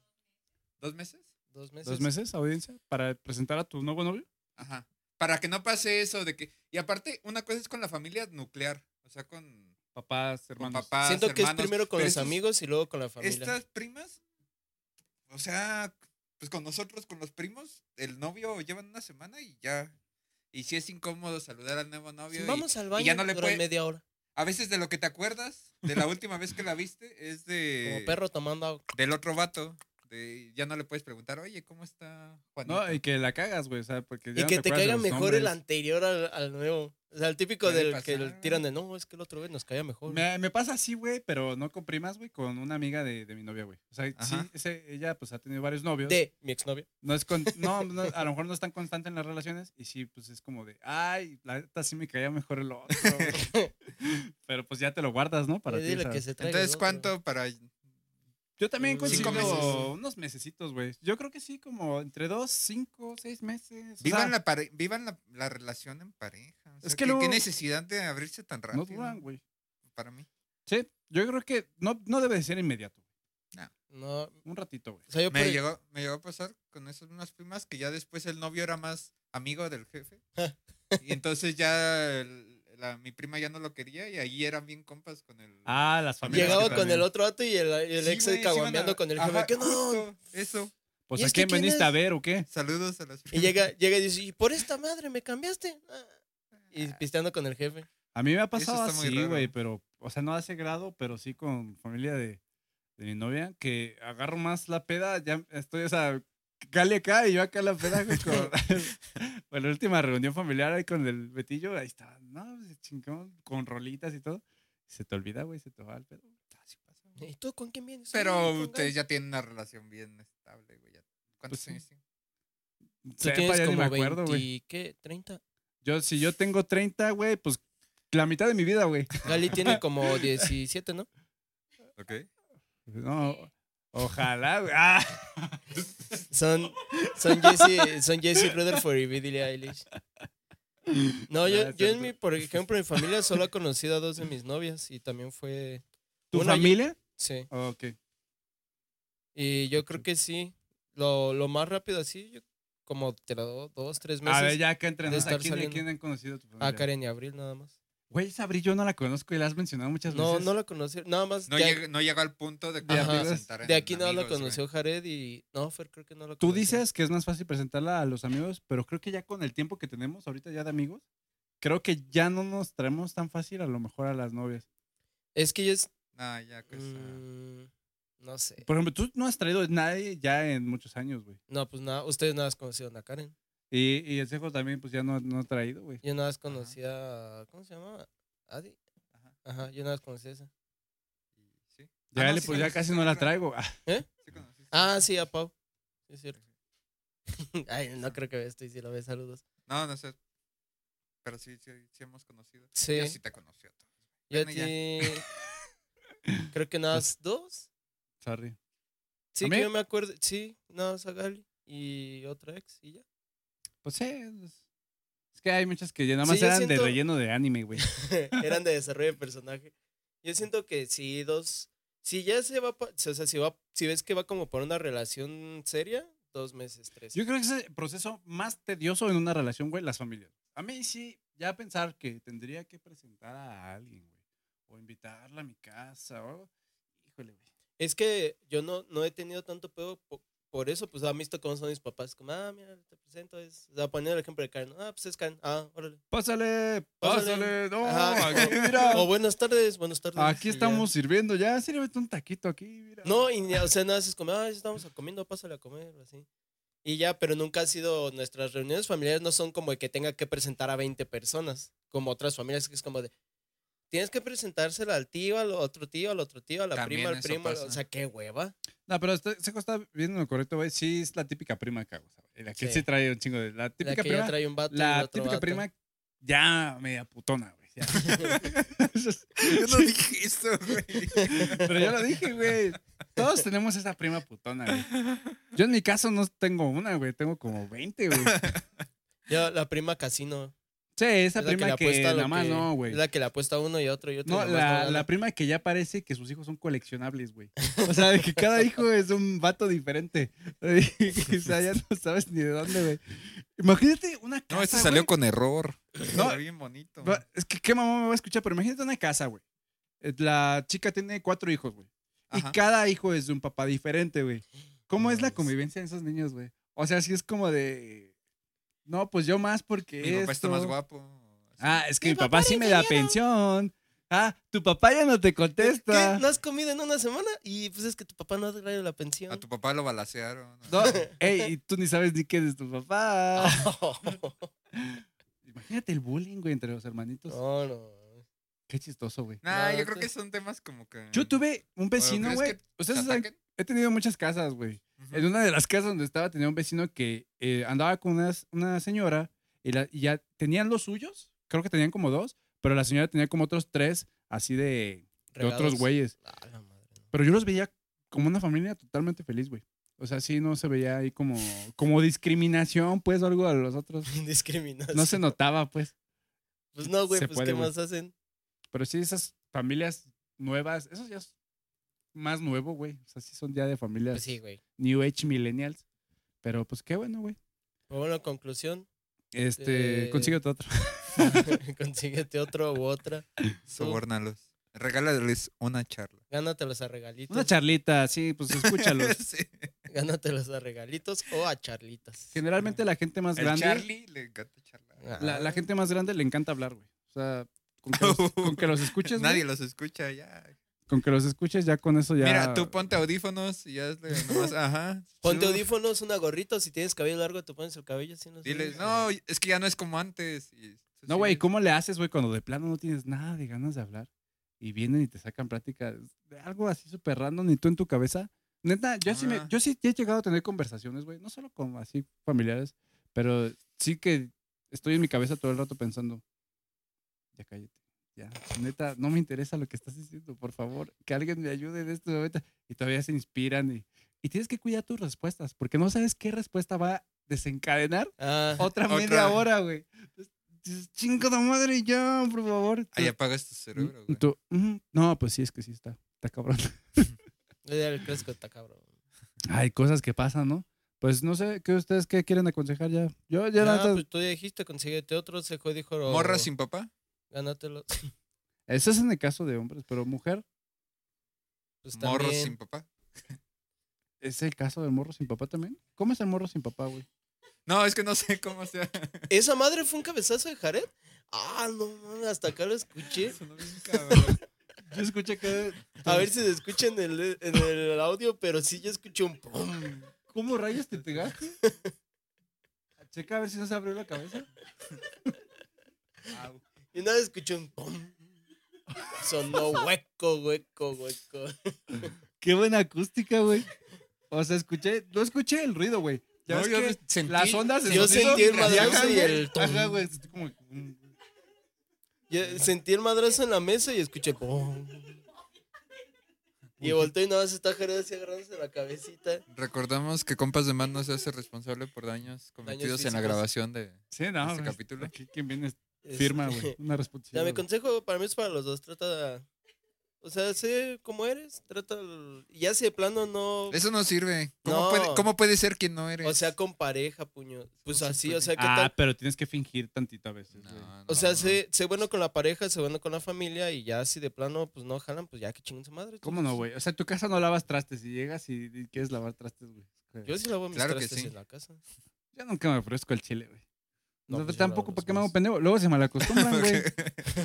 Speaker 2: ¿Dos meses?
Speaker 1: Dos meses.
Speaker 3: ¿Dos meses, audiencia? ¿Para presentar a tu nuevo novio?
Speaker 2: Ajá. Para que no pase eso de que... Y aparte, una cosa es con la familia nuclear. O sea, con,
Speaker 3: Papás,
Speaker 2: con
Speaker 3: Ah, hermanos.
Speaker 2: papás,
Speaker 1: Siento que es
Speaker 2: hermanos,
Speaker 1: primero con
Speaker 2: pero
Speaker 1: los
Speaker 2: estos-
Speaker 1: amigos y luego con la familia.
Speaker 2: Estas primas, o sea, pues con nosotros, con los primos, el novio llevan una semana y ya. Y si es incómodo saludar al nuevo novio. y
Speaker 1: Vamos al baño
Speaker 2: ya no le
Speaker 1: durante
Speaker 2: puede-
Speaker 1: media hora.
Speaker 2: a veces de lo que te acuerdas, de la última vez que la viste, es de...
Speaker 1: Como perro tomando agua.
Speaker 2: Del otro vato. De, ya no le puedes preguntar, oye, ¿cómo está Juanito?
Speaker 3: No, y que la cagas, güey. O sea, porque ya
Speaker 1: Y
Speaker 3: no
Speaker 1: que te
Speaker 3: acuerdas de
Speaker 1: caiga
Speaker 3: los
Speaker 1: mejor el
Speaker 3: nombres.
Speaker 1: anterior al, al nuevo. O sea, el típico
Speaker 2: Puede
Speaker 1: del que
Speaker 2: pasar,
Speaker 1: el
Speaker 2: güey.
Speaker 1: tiran de no, es que el otro vez nos caía mejor.
Speaker 3: Me, me pasa así, güey, pero no con primas, güey, con una amiga de, de mi novia, güey. O sea, sí,
Speaker 2: Ajá.
Speaker 3: ese- ella pues ha tenido varios novios.
Speaker 1: De mi exnovia.
Speaker 3: No es con, no, no, a lo mejor no es tan constante en las relaciones y sí, pues es como de, ay, la neta sí me caía mejor el otro. Pero pues ya te lo guardas, ¿no? Para
Speaker 1: Eh,
Speaker 3: ti.
Speaker 1: dile
Speaker 3: esa-
Speaker 1: que se traiga el
Speaker 2: Entonces,
Speaker 1: otro.
Speaker 2: ¿cuánto para...?
Speaker 3: Yo también
Speaker 1: Mm,
Speaker 2: cinco
Speaker 3: consigo
Speaker 2: meses.
Speaker 3: unos mesecitos, güey. Yo creo que sí, como entre dos, cinco, seis meses. O
Speaker 2: Vivan,
Speaker 3: sea,
Speaker 2: la, pare- vivan la, la relación en pareja. O sea,
Speaker 3: Es que
Speaker 2: ¿qué,
Speaker 3: luego-
Speaker 2: qué necesidad de abrirse tan
Speaker 3: No
Speaker 2: rápido
Speaker 3: duran, güey.
Speaker 2: para mí?
Speaker 3: Sí, yo creo que no, no debe de ser inmediato.
Speaker 1: No, o
Speaker 3: Un ratito, güey.
Speaker 1: sea, yo por-
Speaker 2: Me llegó, me llegó a pasar con esas unas primas que ya después el novio era más amigo del jefe. Y entonces ya el- la- mi prima ya no lo quería y ahí eran bien compas con el...
Speaker 6: Ah, las familias.
Speaker 2: Familia
Speaker 1: Llegaba
Speaker 2: que
Speaker 1: con
Speaker 2: también.
Speaker 1: el otro vato y el, y el
Speaker 2: Sí,
Speaker 1: ex se
Speaker 2: güey, sí
Speaker 1: caguameando
Speaker 2: iban a-
Speaker 1: con el
Speaker 2: Ajá,
Speaker 1: jefe. ¿Qué no?
Speaker 2: justo, Eso.
Speaker 6: Pues
Speaker 1: ¿Y
Speaker 6: a
Speaker 1: este
Speaker 6: quién
Speaker 1: quién
Speaker 6: veniste
Speaker 1: es?
Speaker 6: a ver o qué?
Speaker 2: Saludos a las
Speaker 1: Y llega, llega y dice, "¿Y por esta madre me cambiaste? Ah. Y pisteando con el jefe.
Speaker 3: A mí me ha pasado
Speaker 2: está muy
Speaker 3: así, güey,
Speaker 2: raro.
Speaker 3: pero, o sea, no a ese grado, pero sí con familia de, de mi novia, que agarro más la peda, ya estoy, o sea, cale acá y yo acá la peda, güey. Con, bueno, la última reunión familiar ahí con el Betillo, ahí estaba, no, se chingón, con rolitas y todo. Se te olvida, güey, se te va el pedo. Así pasa, güey.
Speaker 1: ¿Y tú con quién vienes?
Speaker 2: Pero
Speaker 1: "Sí, con
Speaker 2: ustedes
Speaker 1: Gaby".
Speaker 2: ya tienen una relación bien estable, güey. ya. ¿Cuántos
Speaker 3: Pues sí.
Speaker 2: años tienen?
Speaker 1: Tú
Speaker 3: Sepa,
Speaker 1: tienes
Speaker 3: ya ni
Speaker 1: como
Speaker 3: me acuerdo, güey.
Speaker 1: 20, ¿qué? ¿30?
Speaker 3: Yo, si yo tengo 30, güey, pues la mitad de mi vida, güey.
Speaker 1: Gali tiene como 17, ¿no?
Speaker 2: Ok.
Speaker 3: No, ojalá, güey. Ah.
Speaker 1: Son, son Jesse, son Jesse Rutherford y Billie Eilish. No, yo,
Speaker 3: es
Speaker 1: yo
Speaker 3: cierto.
Speaker 1: en mi, por ejemplo, mi familia solo ha conocido a dos de mis novias y también fue,
Speaker 3: ¿Tu
Speaker 1: Una-
Speaker 3: familia?
Speaker 1: sí.
Speaker 3: Ok.
Speaker 1: Y yo creo que sí, lo, lo más rápido así, yo- como te lo do- dos, tres meses.
Speaker 3: A ver, ya acá entre
Speaker 1: de
Speaker 3: nos. ¿A
Speaker 1: estar
Speaker 3: quién, a
Speaker 1: saliendo.
Speaker 3: quién han conocido tu familia?
Speaker 1: A Karen y Abril nada más.
Speaker 3: Güey, esa Abril yo no la conozco y la has mencionado muchas
Speaker 1: No,
Speaker 3: veces.
Speaker 1: no la conocí, nada más.
Speaker 2: No,
Speaker 1: de,
Speaker 2: llega- no llegó al punto de que
Speaker 1: Ajá.
Speaker 2: nos presentaran
Speaker 1: de aquí no la
Speaker 2: amigos, güey.
Speaker 1: conoció Jared y... No, Fer creo que no la
Speaker 3: Tú
Speaker 1: conoció.
Speaker 3: dices que es más fácil presentarla a los amigos, pero creo que ya con el tiempo que tenemos ahorita ya de amigos, creo que ya no nos traemos tan fácil a lo mejor a las novias.
Speaker 1: Es que yo es...
Speaker 2: No, ya, pues, ah.
Speaker 1: mm, no sé.
Speaker 3: Por ejemplo, tú no has traído a nadie ya en muchos años, güey.
Speaker 1: No, pues nada, ustedes nada más conocieron a Karen.
Speaker 3: Y, y el Sejo también pues ya no, no ha traído, güey.
Speaker 1: Yo nada más conocía... ¿Cómo se llama? Adi.
Speaker 2: Ajá.
Speaker 1: Ajá, yo nada más conocía esa.
Speaker 2: Y- ¿Sí?
Speaker 3: Ya,
Speaker 2: Ah, no,
Speaker 3: le-
Speaker 2: sí
Speaker 3: pues ya
Speaker 2: conociste
Speaker 3: casi
Speaker 2: a
Speaker 3: no la
Speaker 2: Fran.
Speaker 3: traigo.
Speaker 2: Sí conociste a
Speaker 1: Ah,
Speaker 2: Fran.
Speaker 1: sí, a Pau. Sí, es cierto. Ay, no creo que vea esto y si lo ve, saludos.
Speaker 2: No, no sé. Pero sí, sí, sí hemos conocido.
Speaker 1: Sí.
Speaker 2: Yo sí te conocí. Otto.
Speaker 1: Yo a
Speaker 2: Bueno, ya.
Speaker 1: ti... Creo que nada más dos.
Speaker 3: Sorry.
Speaker 1: Sí,
Speaker 3: ¿A
Speaker 1: que
Speaker 3: mí?
Speaker 1: yo me acuerdo. Sí, nada más a Gali y otra ex y ya.
Speaker 3: Pues sí. Es es que hay muchas que ya nada más
Speaker 1: Sí, yo
Speaker 3: eran de
Speaker 1: siento-
Speaker 3: relleno de anime, güey.
Speaker 1: eran de desarrollo de personaje. Yo siento que si dos, si ya se va, pa- o sea, si va, si ves que va como por una relación seria, dos meses, tres.
Speaker 3: Yo creo que es el proceso más tedioso en una relación, güey, las familias. A mí sí, ya pensar que tendría que presentar a alguien, güey, o invitarla a mi casa, o algo. Híjole, güey.
Speaker 1: Es que yo no, no he tenido tanto pedo po- por, eso, pues han visto cómo son mis papás, como, ah, mira, te presento, es, o sea, poniendo el ejemplo de Karen, ah, pues es Karen, ah, órale.
Speaker 3: Pásale,
Speaker 1: Pásale.
Speaker 3: pásale, no,
Speaker 1: Ajá.
Speaker 3: aquí, mira.
Speaker 1: O buenas tardes, buenas tardes.
Speaker 3: Aquí
Speaker 1: y ya.
Speaker 3: estamos sirviendo ya, sírvete un taquito aquí, mira.
Speaker 1: No, y, ni- o sea, nada, es como, ah, estamos comiendo, pásale a comer, así. Y ya, pero nunca ha sido, nuestras reuniones familiares no son como de que tenga que presentar a 20 personas, como otras familias, que es como de, tienes que presentársela al tío, al otro tío, al otro tío, a la
Speaker 2: También
Speaker 1: prima, al
Speaker 2: eso
Speaker 1: primo, al- o
Speaker 2: pasa.
Speaker 1: sea, qué hueva.
Speaker 3: No, pero este- Seco está viendo lo correcto, güey. Sí, es la típica prima acá, güey. ¿sabes? La que
Speaker 1: Sí.
Speaker 3: sí. trae un chingo de. La
Speaker 1: La
Speaker 3: típica
Speaker 1: que ya
Speaker 3: prima.
Speaker 1: trae un vato y el
Speaker 3: La
Speaker 1: otro
Speaker 3: típica
Speaker 1: vato.
Speaker 3: prima ya media putona, güey. ya.
Speaker 2: Yo no dije eso, güey.
Speaker 3: Pero yo lo dije, güey. Todos tenemos esa prima putona, güey. Yo en mi caso no tengo una, güey. Tengo como 20, güey.
Speaker 1: Yo, la prima casino.
Speaker 3: Sí, esa
Speaker 1: es la
Speaker 3: prima
Speaker 1: le
Speaker 3: que,
Speaker 1: apuesta a lo
Speaker 3: nada más
Speaker 1: que-
Speaker 3: no, güey.
Speaker 1: Es la que le apuesta a uno y otro y otro.
Speaker 3: No,
Speaker 1: y nomás
Speaker 3: la,
Speaker 1: gana.
Speaker 3: la prima que ya parece que sus hijos son coleccionables, güey. O sea, de que cada hijo es un vato diferente. o sea, ya no sabes ni de dónde, güey. Imagínate una casa.
Speaker 2: No, este salió
Speaker 3: Ah, güey.
Speaker 2: con error.
Speaker 3: No.
Speaker 2: Está bien bonito.
Speaker 3: Va- Es que qué mamá me va a escuchar, pero imagínate una casa, güey. Eh, La chica tiene cuatro hijos, güey. Y
Speaker 2: Ajá.
Speaker 3: cada hijo es de un papá diferente, güey. ¿Cómo es la
Speaker 1: Nice.
Speaker 3: convivencia de esos niños, güey? O sea, si es como de. No, pues yo más porque.
Speaker 2: Mi papá está
Speaker 3: esto".
Speaker 2: más guapo.
Speaker 3: Ah, es que
Speaker 1: Mi
Speaker 3: mi, papá,
Speaker 1: papá
Speaker 3: sí
Speaker 1: era
Speaker 3: me da
Speaker 1: ingeniero.
Speaker 3: pensión. Ah, tu papá ya no te
Speaker 1: ¿Qué?
Speaker 3: contesta.
Speaker 1: ¿No has comido en una semana? Y pues es que tu papá no ha traído la pensión.
Speaker 2: A tu papá lo balacearon.
Speaker 3: No, ey, y tú ni sabes ni quién es tu
Speaker 2: Ah.
Speaker 3: papá. Imagínate el bullying, güey, entre los hermanitos.
Speaker 2: Oh.
Speaker 1: no, no.
Speaker 3: Qué chistoso, güey.
Speaker 2: Nah,
Speaker 1: No,
Speaker 2: yo creo
Speaker 1: te-
Speaker 2: que son temas como que.
Speaker 3: Yo tuve un
Speaker 2: Mm. Bueno,
Speaker 3: vecino,
Speaker 2: ¿crees
Speaker 3: güey.
Speaker 2: que te
Speaker 3: Ustedes saben,
Speaker 2: ataquen?
Speaker 3: he tenido muchas casas, güey.
Speaker 2: Ujú.
Speaker 3: En una de las casas donde estaba tenía un vecino que eh, andaba con una, una señora y, la- y ya tenían los suyos, creo que tenían como dos, pero la señora tenía como otros tres así de, de otros
Speaker 1: Regados.
Speaker 3: güeyes.
Speaker 1: Ah, la madre.
Speaker 3: Pero yo los veía como una familia totalmente feliz, güey. O sea, sí, no se veía ahí como, como discriminación, pues, o algo a los otros.
Speaker 1: Discriminación.
Speaker 3: No se notaba, pues.
Speaker 1: Pues no, güey,
Speaker 3: se
Speaker 1: pues
Speaker 3: puede,
Speaker 1: ¿qué
Speaker 3: güey.
Speaker 1: más hacen?
Speaker 3: Pero sí, esas familias nuevas, eso ya es más nuevo, güey. O sea, sí son ya de familias
Speaker 1: Pues sí, güey.
Speaker 3: New Age Millennials. Pero pues qué bueno, güey.
Speaker 1: Pero bueno, conclusión.
Speaker 3: Este,
Speaker 1: Eh,
Speaker 3: consigue otro.
Speaker 1: Consíguete otro u otra.
Speaker 2: Sobornalos. Regálales una charla.
Speaker 1: Gánatelas a regalitos.
Speaker 3: Una charlita, sí, pues escúchalos.
Speaker 2: Sí.
Speaker 1: Gánatelas a regalitos o a charlitas.
Speaker 3: Generalmente la gente más
Speaker 2: Al
Speaker 3: grande.
Speaker 2: Charlie le encanta charlar.
Speaker 1: Ah,
Speaker 3: La, la gente más grande le encanta hablar, güey. O sea, con que los, con que los escuches, güey,
Speaker 2: Nadie los escucha ya.
Speaker 3: con que los escuches, ya con eso ya.
Speaker 2: Mira, tú ponte audífonos y ya es de- nomás, ajá.
Speaker 1: Ponte
Speaker 2: Tú
Speaker 1: audífonos, una gorrita. Si tienes cabello largo, te pones el cabello así. No sé.
Speaker 2: Diles, no, es que ya no es como antes. y tú
Speaker 3: No, güey,
Speaker 2: sigues.
Speaker 3: ¿cómo le haces, güey, cuando de plano no tienes nada de ganas de hablar? Y vienen y te sacan prácticas de algo así súper random y tú en tu cabeza. Neta, yo sí, me,
Speaker 2: Ah.
Speaker 3: yo sí he llegado a tener conversaciones, güey, no solo con así familiares, pero sí que estoy en mi cabeza todo el rato pensando, ya cállate, ya, neta, no me interesa lo que estás diciendo, por favor, que alguien me ayude en este momento. Y todavía se inspiran y, y tienes que cuidar tus respuestas, porque no sabes qué respuesta va a desencadenar
Speaker 1: Ah,
Speaker 3: otra,
Speaker 2: Otra.
Speaker 3: media hora, güey. Dices, Chingo de madre, ya, por favor.
Speaker 2: Ahí apagas tu cerebro,
Speaker 3: Y
Speaker 2: güey.
Speaker 3: tú, "Ujú". no, pues sí, es que sí está. Está cabrón.
Speaker 1: el cresco está cabrón.
Speaker 3: Hay cosas que pasan, ¿no? Pues no sé, ¿qué ustedes qué quieren aconsejar ya? Yo ya
Speaker 1: Ah,
Speaker 3: nada-
Speaker 1: pues tú ya dijiste, consíguete otro. Sejo dijo. "Oh,
Speaker 2: ¿Morra sin papá?
Speaker 1: Gánatelos.
Speaker 3: Eso es en el caso de hombres, pero mujer,
Speaker 1: Pues
Speaker 2: ¿Morros
Speaker 1: también.
Speaker 2: sin papá?
Speaker 3: ¿es el caso del morro sin papá también? ¿Cómo es el morro sin papá, güey?
Speaker 2: No, es que no sé cómo sea.
Speaker 1: ¿Esa madre fue un cabezazo de Jared? Ah, no mames, hasta acá lo escuché.
Speaker 2: Sonó bien cabrón.
Speaker 3: Yo escuché que.
Speaker 1: A ver si se escucha en el, en el audio, pero sí yo escuché un pum.
Speaker 3: ¿Cómo rayos te pegaste? Checa a ver si no se abrió la cabeza.
Speaker 1: Y una vez escuché un pum. Sonó hueco, hueco, hueco.
Speaker 3: Qué buena acústica, güey. O sea, escuché, no escuché el ruido, güey. Ya
Speaker 2: No,
Speaker 3: ves
Speaker 2: yo
Speaker 3: que
Speaker 2: sentí-
Speaker 3: las ondas
Speaker 1: yo
Speaker 3: sonido
Speaker 1: sentí el
Speaker 3: viajan,
Speaker 1: madrazo y
Speaker 3: güey.
Speaker 1: el tum.
Speaker 3: Ajá, güey, sentí como- mm,
Speaker 1: Yo sentí el madrazo en la mesa y escuché pum. Y volteé y nada más está Jared así agarrándose la cabecita.
Speaker 2: Recordamos que Compas de Más no se hace responsable por daños cometidos en la
Speaker 1: físicos.
Speaker 2: grabación de...
Speaker 3: Sí, no,
Speaker 2: Este
Speaker 3: güey,
Speaker 2: capítulo.
Speaker 3: Aquí quien viene
Speaker 1: Este,
Speaker 3: firma, güey. Una
Speaker 1: O sea,
Speaker 3: responsabilidad.
Speaker 1: mi consejo para mí es para los dos. Trata. O sea, sé cómo eres. Trata. al- Ya si de plano no.
Speaker 2: Eso no sirve. ¿Cómo,
Speaker 1: No.
Speaker 2: puede, cómo puede ser que no eres?
Speaker 1: O sea, con pareja, puño. Pues
Speaker 2: No se
Speaker 1: así,
Speaker 2: puede.
Speaker 1: o sea, ¿qué
Speaker 4: Ah,
Speaker 1: tal?
Speaker 4: pero tienes que fingir tantito a veces, güey.
Speaker 2: No,
Speaker 1: O sea,
Speaker 2: no.
Speaker 1: sé, sé bueno con la pareja, sé bueno con la familia y ya si de plano pues no jalan, pues ya que chinguen su madre.
Speaker 3: ¿Cómo no, güey? O sea, en tu casa no lavas trastes y llegas y, y quieres lavar trastes, güey.
Speaker 1: Yo sí lavo mis
Speaker 2: Claro que
Speaker 1: trastes
Speaker 2: sí.
Speaker 1: en la casa.
Speaker 3: Yo nunca me ofrezco el chile, güey.
Speaker 1: No,
Speaker 3: No,
Speaker 1: pues yo
Speaker 3: tampoco,
Speaker 1: lavo
Speaker 3: ¿para
Speaker 1: los
Speaker 3: qué me hago
Speaker 1: míos.
Speaker 3: pendejo? Luego se malacostumbran, güey.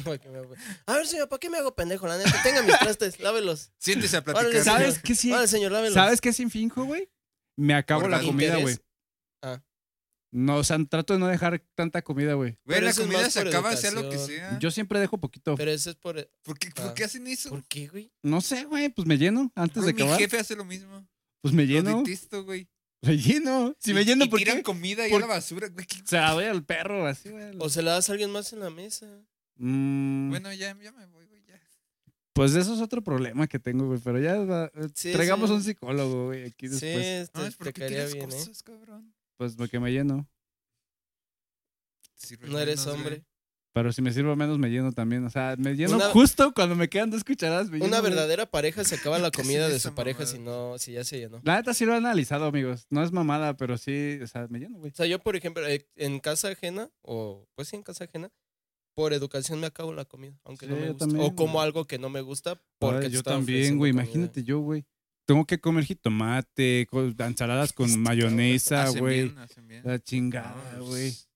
Speaker 1: ¿Para qué me hago- A ver, señor, ¿para qué me hago pendejo? La neta, tenga mis trastes, lávelos.
Speaker 2: Siéntese a platicar.
Speaker 1: Órale,
Speaker 3: ¿Sabes qué sí?
Speaker 1: Vale, señor, lávelos.
Speaker 3: ¿Sabes qué sin finjo, güey? Me acabo
Speaker 2: Por
Speaker 3: la
Speaker 2: mal
Speaker 3: comida,
Speaker 1: interés.
Speaker 3: güey.
Speaker 1: Ah.
Speaker 3: No, o sea, trato de no dejar tanta comida, güey.
Speaker 2: Güey,
Speaker 1: Pero
Speaker 2: la
Speaker 1: eso es
Speaker 2: comida
Speaker 1: más
Speaker 2: se
Speaker 1: por
Speaker 2: acaba, sea lo que
Speaker 1: educación.
Speaker 2: sea.
Speaker 3: Yo siempre dejo poquito.
Speaker 1: Pero eso es por...
Speaker 2: ¿Por, qué, por
Speaker 1: Ah.
Speaker 2: qué hacen eso?
Speaker 1: ¿Por qué, güey?
Speaker 3: No sé, güey, pues me lleno antes de
Speaker 2: Güey, mi
Speaker 3: acabar.
Speaker 2: jefe hace lo mismo.
Speaker 3: Pues me
Speaker 2: Lo
Speaker 3: lleno.
Speaker 2: detesto, güey.
Speaker 3: Me lleno. Si me
Speaker 2: Y-
Speaker 3: lleno,
Speaker 2: y
Speaker 3: ¿por
Speaker 2: tiran
Speaker 3: qué?
Speaker 2: comida y a
Speaker 3: por-
Speaker 2: la basura, güey. qué-
Speaker 3: Se la doy al perro, así, güey.
Speaker 1: O se la das a alguien más en la mesa.
Speaker 3: Mm,
Speaker 2: Bueno, ya, ya me voy, güey, ya.
Speaker 3: Pues eso es otro problema que tengo, güey. Pero ya va- eh,
Speaker 1: Sí,
Speaker 3: traigamos
Speaker 1: sí.
Speaker 3: un psicólogo, güey, aquí
Speaker 1: Sí,
Speaker 3: después.
Speaker 1: este,
Speaker 2: No, "Ah,
Speaker 1: te
Speaker 2: es porque
Speaker 1: caería
Speaker 2: tienes
Speaker 1: bien, ¿eh?
Speaker 2: cosas, cabrón.
Speaker 3: Pues porque me lleno.
Speaker 2: Te sirve
Speaker 1: No eres
Speaker 2: menos, güey.
Speaker 1: hombre.
Speaker 3: Pero si me sirvo menos, me lleno también. O sea, me lleno
Speaker 1: Una-
Speaker 3: justo cuando me quedan dos cucharadas. Me
Speaker 1: Una
Speaker 3: lleno, güey.
Speaker 1: verdadera pareja se acaba la
Speaker 2: ¿Qué hacen
Speaker 1: comida de
Speaker 2: esa
Speaker 1: su pareja
Speaker 2: mamada?
Speaker 1: si no, si ya se llenó.
Speaker 3: La neta sí lo he analizado, amigos. No es mamada, pero sí, o sea, me lleno, güey.
Speaker 1: O sea, yo, por ejemplo, eh, en casa ajena, o pues sí, en casa ajena, por educación me acabo la comida, aunque no
Speaker 3: Sí,
Speaker 1: me
Speaker 3: yo
Speaker 1: gusta.
Speaker 3: también,
Speaker 1: o como
Speaker 3: güey.
Speaker 1: algo que no me gusta, porque
Speaker 3: Ay,
Speaker 1: te
Speaker 3: yo
Speaker 1: están
Speaker 3: también,
Speaker 1: ofreciendo
Speaker 3: güey.
Speaker 1: comida.
Speaker 3: Imagínate yo, güey. Tengo que comer jitomate, co- ensaladas con mayonesa,
Speaker 2: Hacen
Speaker 3: güey.
Speaker 2: bien, hacen bien.
Speaker 3: La chingada,
Speaker 2: Ah,
Speaker 3: güey.
Speaker 1: pues,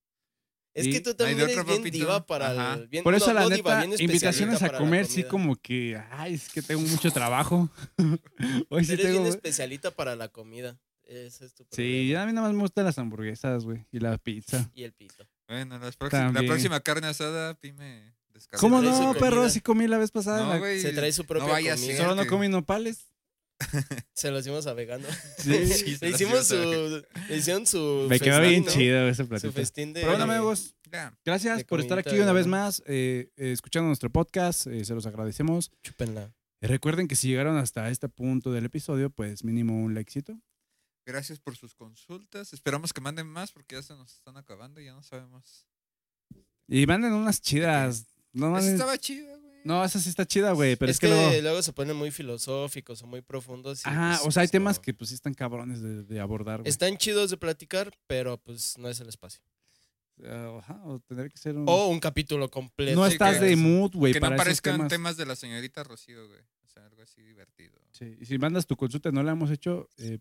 Speaker 1: Es
Speaker 3: Y-
Speaker 1: que tú
Speaker 2: Ay,
Speaker 1: también
Speaker 2: de
Speaker 1: eres
Speaker 2: otro
Speaker 1: bien
Speaker 2: papito.
Speaker 1: diva para
Speaker 2: Ajá.
Speaker 1: el... bien-
Speaker 3: Por eso,
Speaker 1: no,
Speaker 3: la
Speaker 1: no diva,
Speaker 3: neta,
Speaker 1: bien especialista
Speaker 3: invitaciones a
Speaker 1: para la
Speaker 3: comer, sí,
Speaker 1: comida.
Speaker 3: como que, ay, es que tengo mucho trabajo. Hoy sí
Speaker 1: Eres bien
Speaker 3: tengo. güey.
Speaker 1: especialita para la comida. Ese es tu
Speaker 3: Sí,
Speaker 1: problema.
Speaker 3: a mí nada más me gustan las hamburguesas, güey, y la pizza.
Speaker 1: Y el pito.
Speaker 2: Bueno, las próxi- la
Speaker 3: También.
Speaker 2: próxima carne asada, pime. descarga.
Speaker 3: ¿Cómo
Speaker 1: trae
Speaker 3: no, Pues,
Speaker 1: su
Speaker 3: perro?
Speaker 1: comida.
Speaker 3: Sí comí la vez pasada.
Speaker 2: No,
Speaker 3: la-
Speaker 2: güey,
Speaker 1: Se trae su propia
Speaker 2: no vaya a
Speaker 1: comida.
Speaker 2: ser
Speaker 3: Solo no
Speaker 2: que-
Speaker 3: comí nopales.
Speaker 1: Se los hicimos a vegano.
Speaker 3: Sí.
Speaker 2: Sí,
Speaker 1: le
Speaker 2: eh. se los
Speaker 1: hicimos
Speaker 2: hicimos a
Speaker 1: su... Le hicieron su
Speaker 3: me quedó
Speaker 1: festín,
Speaker 3: bien
Speaker 1: ¿no?
Speaker 3: chido ese
Speaker 1: Su
Speaker 3: platito.
Speaker 1: festín de...
Speaker 3: Pero bueno, amigos,
Speaker 2: Ya,
Speaker 3: gracias
Speaker 1: de
Speaker 3: por estar
Speaker 1: comidita
Speaker 3: aquí una vez
Speaker 1: vegana.
Speaker 3: más, eh, eh, escuchando nuestro podcast. eh, se los agradecemos. Eh,
Speaker 1: Chúpenla.
Speaker 3: Recuerden que si llegaron hasta este punto del episodio, pues mínimo un likecito.
Speaker 2: Gracias por sus consultas. Esperamos que manden más porque ya se nos están acabando y ya no sabemos.
Speaker 3: Y manden unas chidas. No,
Speaker 2: Esa
Speaker 3: mames.
Speaker 2: estaba chida, güey.
Speaker 3: no esa sí está chida, güey, pero
Speaker 1: es,
Speaker 3: es,
Speaker 1: que,
Speaker 3: luego-
Speaker 1: luego se ponen muy filosóficos o muy profundos. y,
Speaker 3: Ajá,
Speaker 1: pues,
Speaker 3: o sea, hay
Speaker 1: pues,
Speaker 3: temas
Speaker 1: no.
Speaker 3: que pues sí están cabrones de, de abordar, güey.
Speaker 1: Están chidos de platicar, pero pues no es el espacio.
Speaker 3: Ah, ajá, o tendría que ser un...
Speaker 1: O un capítulo completo.
Speaker 7: No
Speaker 2: Sí,
Speaker 7: estás
Speaker 2: que-
Speaker 7: de mood, güey,
Speaker 2: que
Speaker 7: para
Speaker 2: no
Speaker 7: esos
Speaker 2: parezcan
Speaker 7: temas.
Speaker 2: temas. de la señorita Rocío, güey. O sea, algo así divertido.
Speaker 3: Sí, y si mandas tu consulta y no la hemos hecho, eh,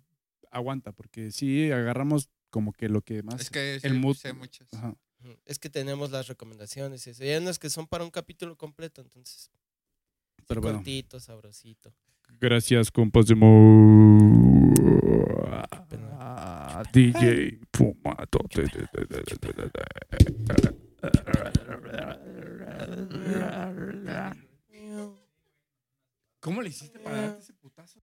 Speaker 3: aguanta, porque sí agarramos como que lo que más...
Speaker 2: es que
Speaker 3: el
Speaker 2: sí,
Speaker 3: mood-
Speaker 2: sé muchas.
Speaker 3: Ajá.
Speaker 1: Ujú. Es que tenemos las recomendaciones y eso. Y hay unas que son para un capítulo completo, entonces.
Speaker 3: Pero bueno.
Speaker 1: Cortito, sabrosito.
Speaker 3: Gracias, compas de
Speaker 1: pena.
Speaker 3: DJ Fumato. ¿Cómo le hiciste para darte ese putazo?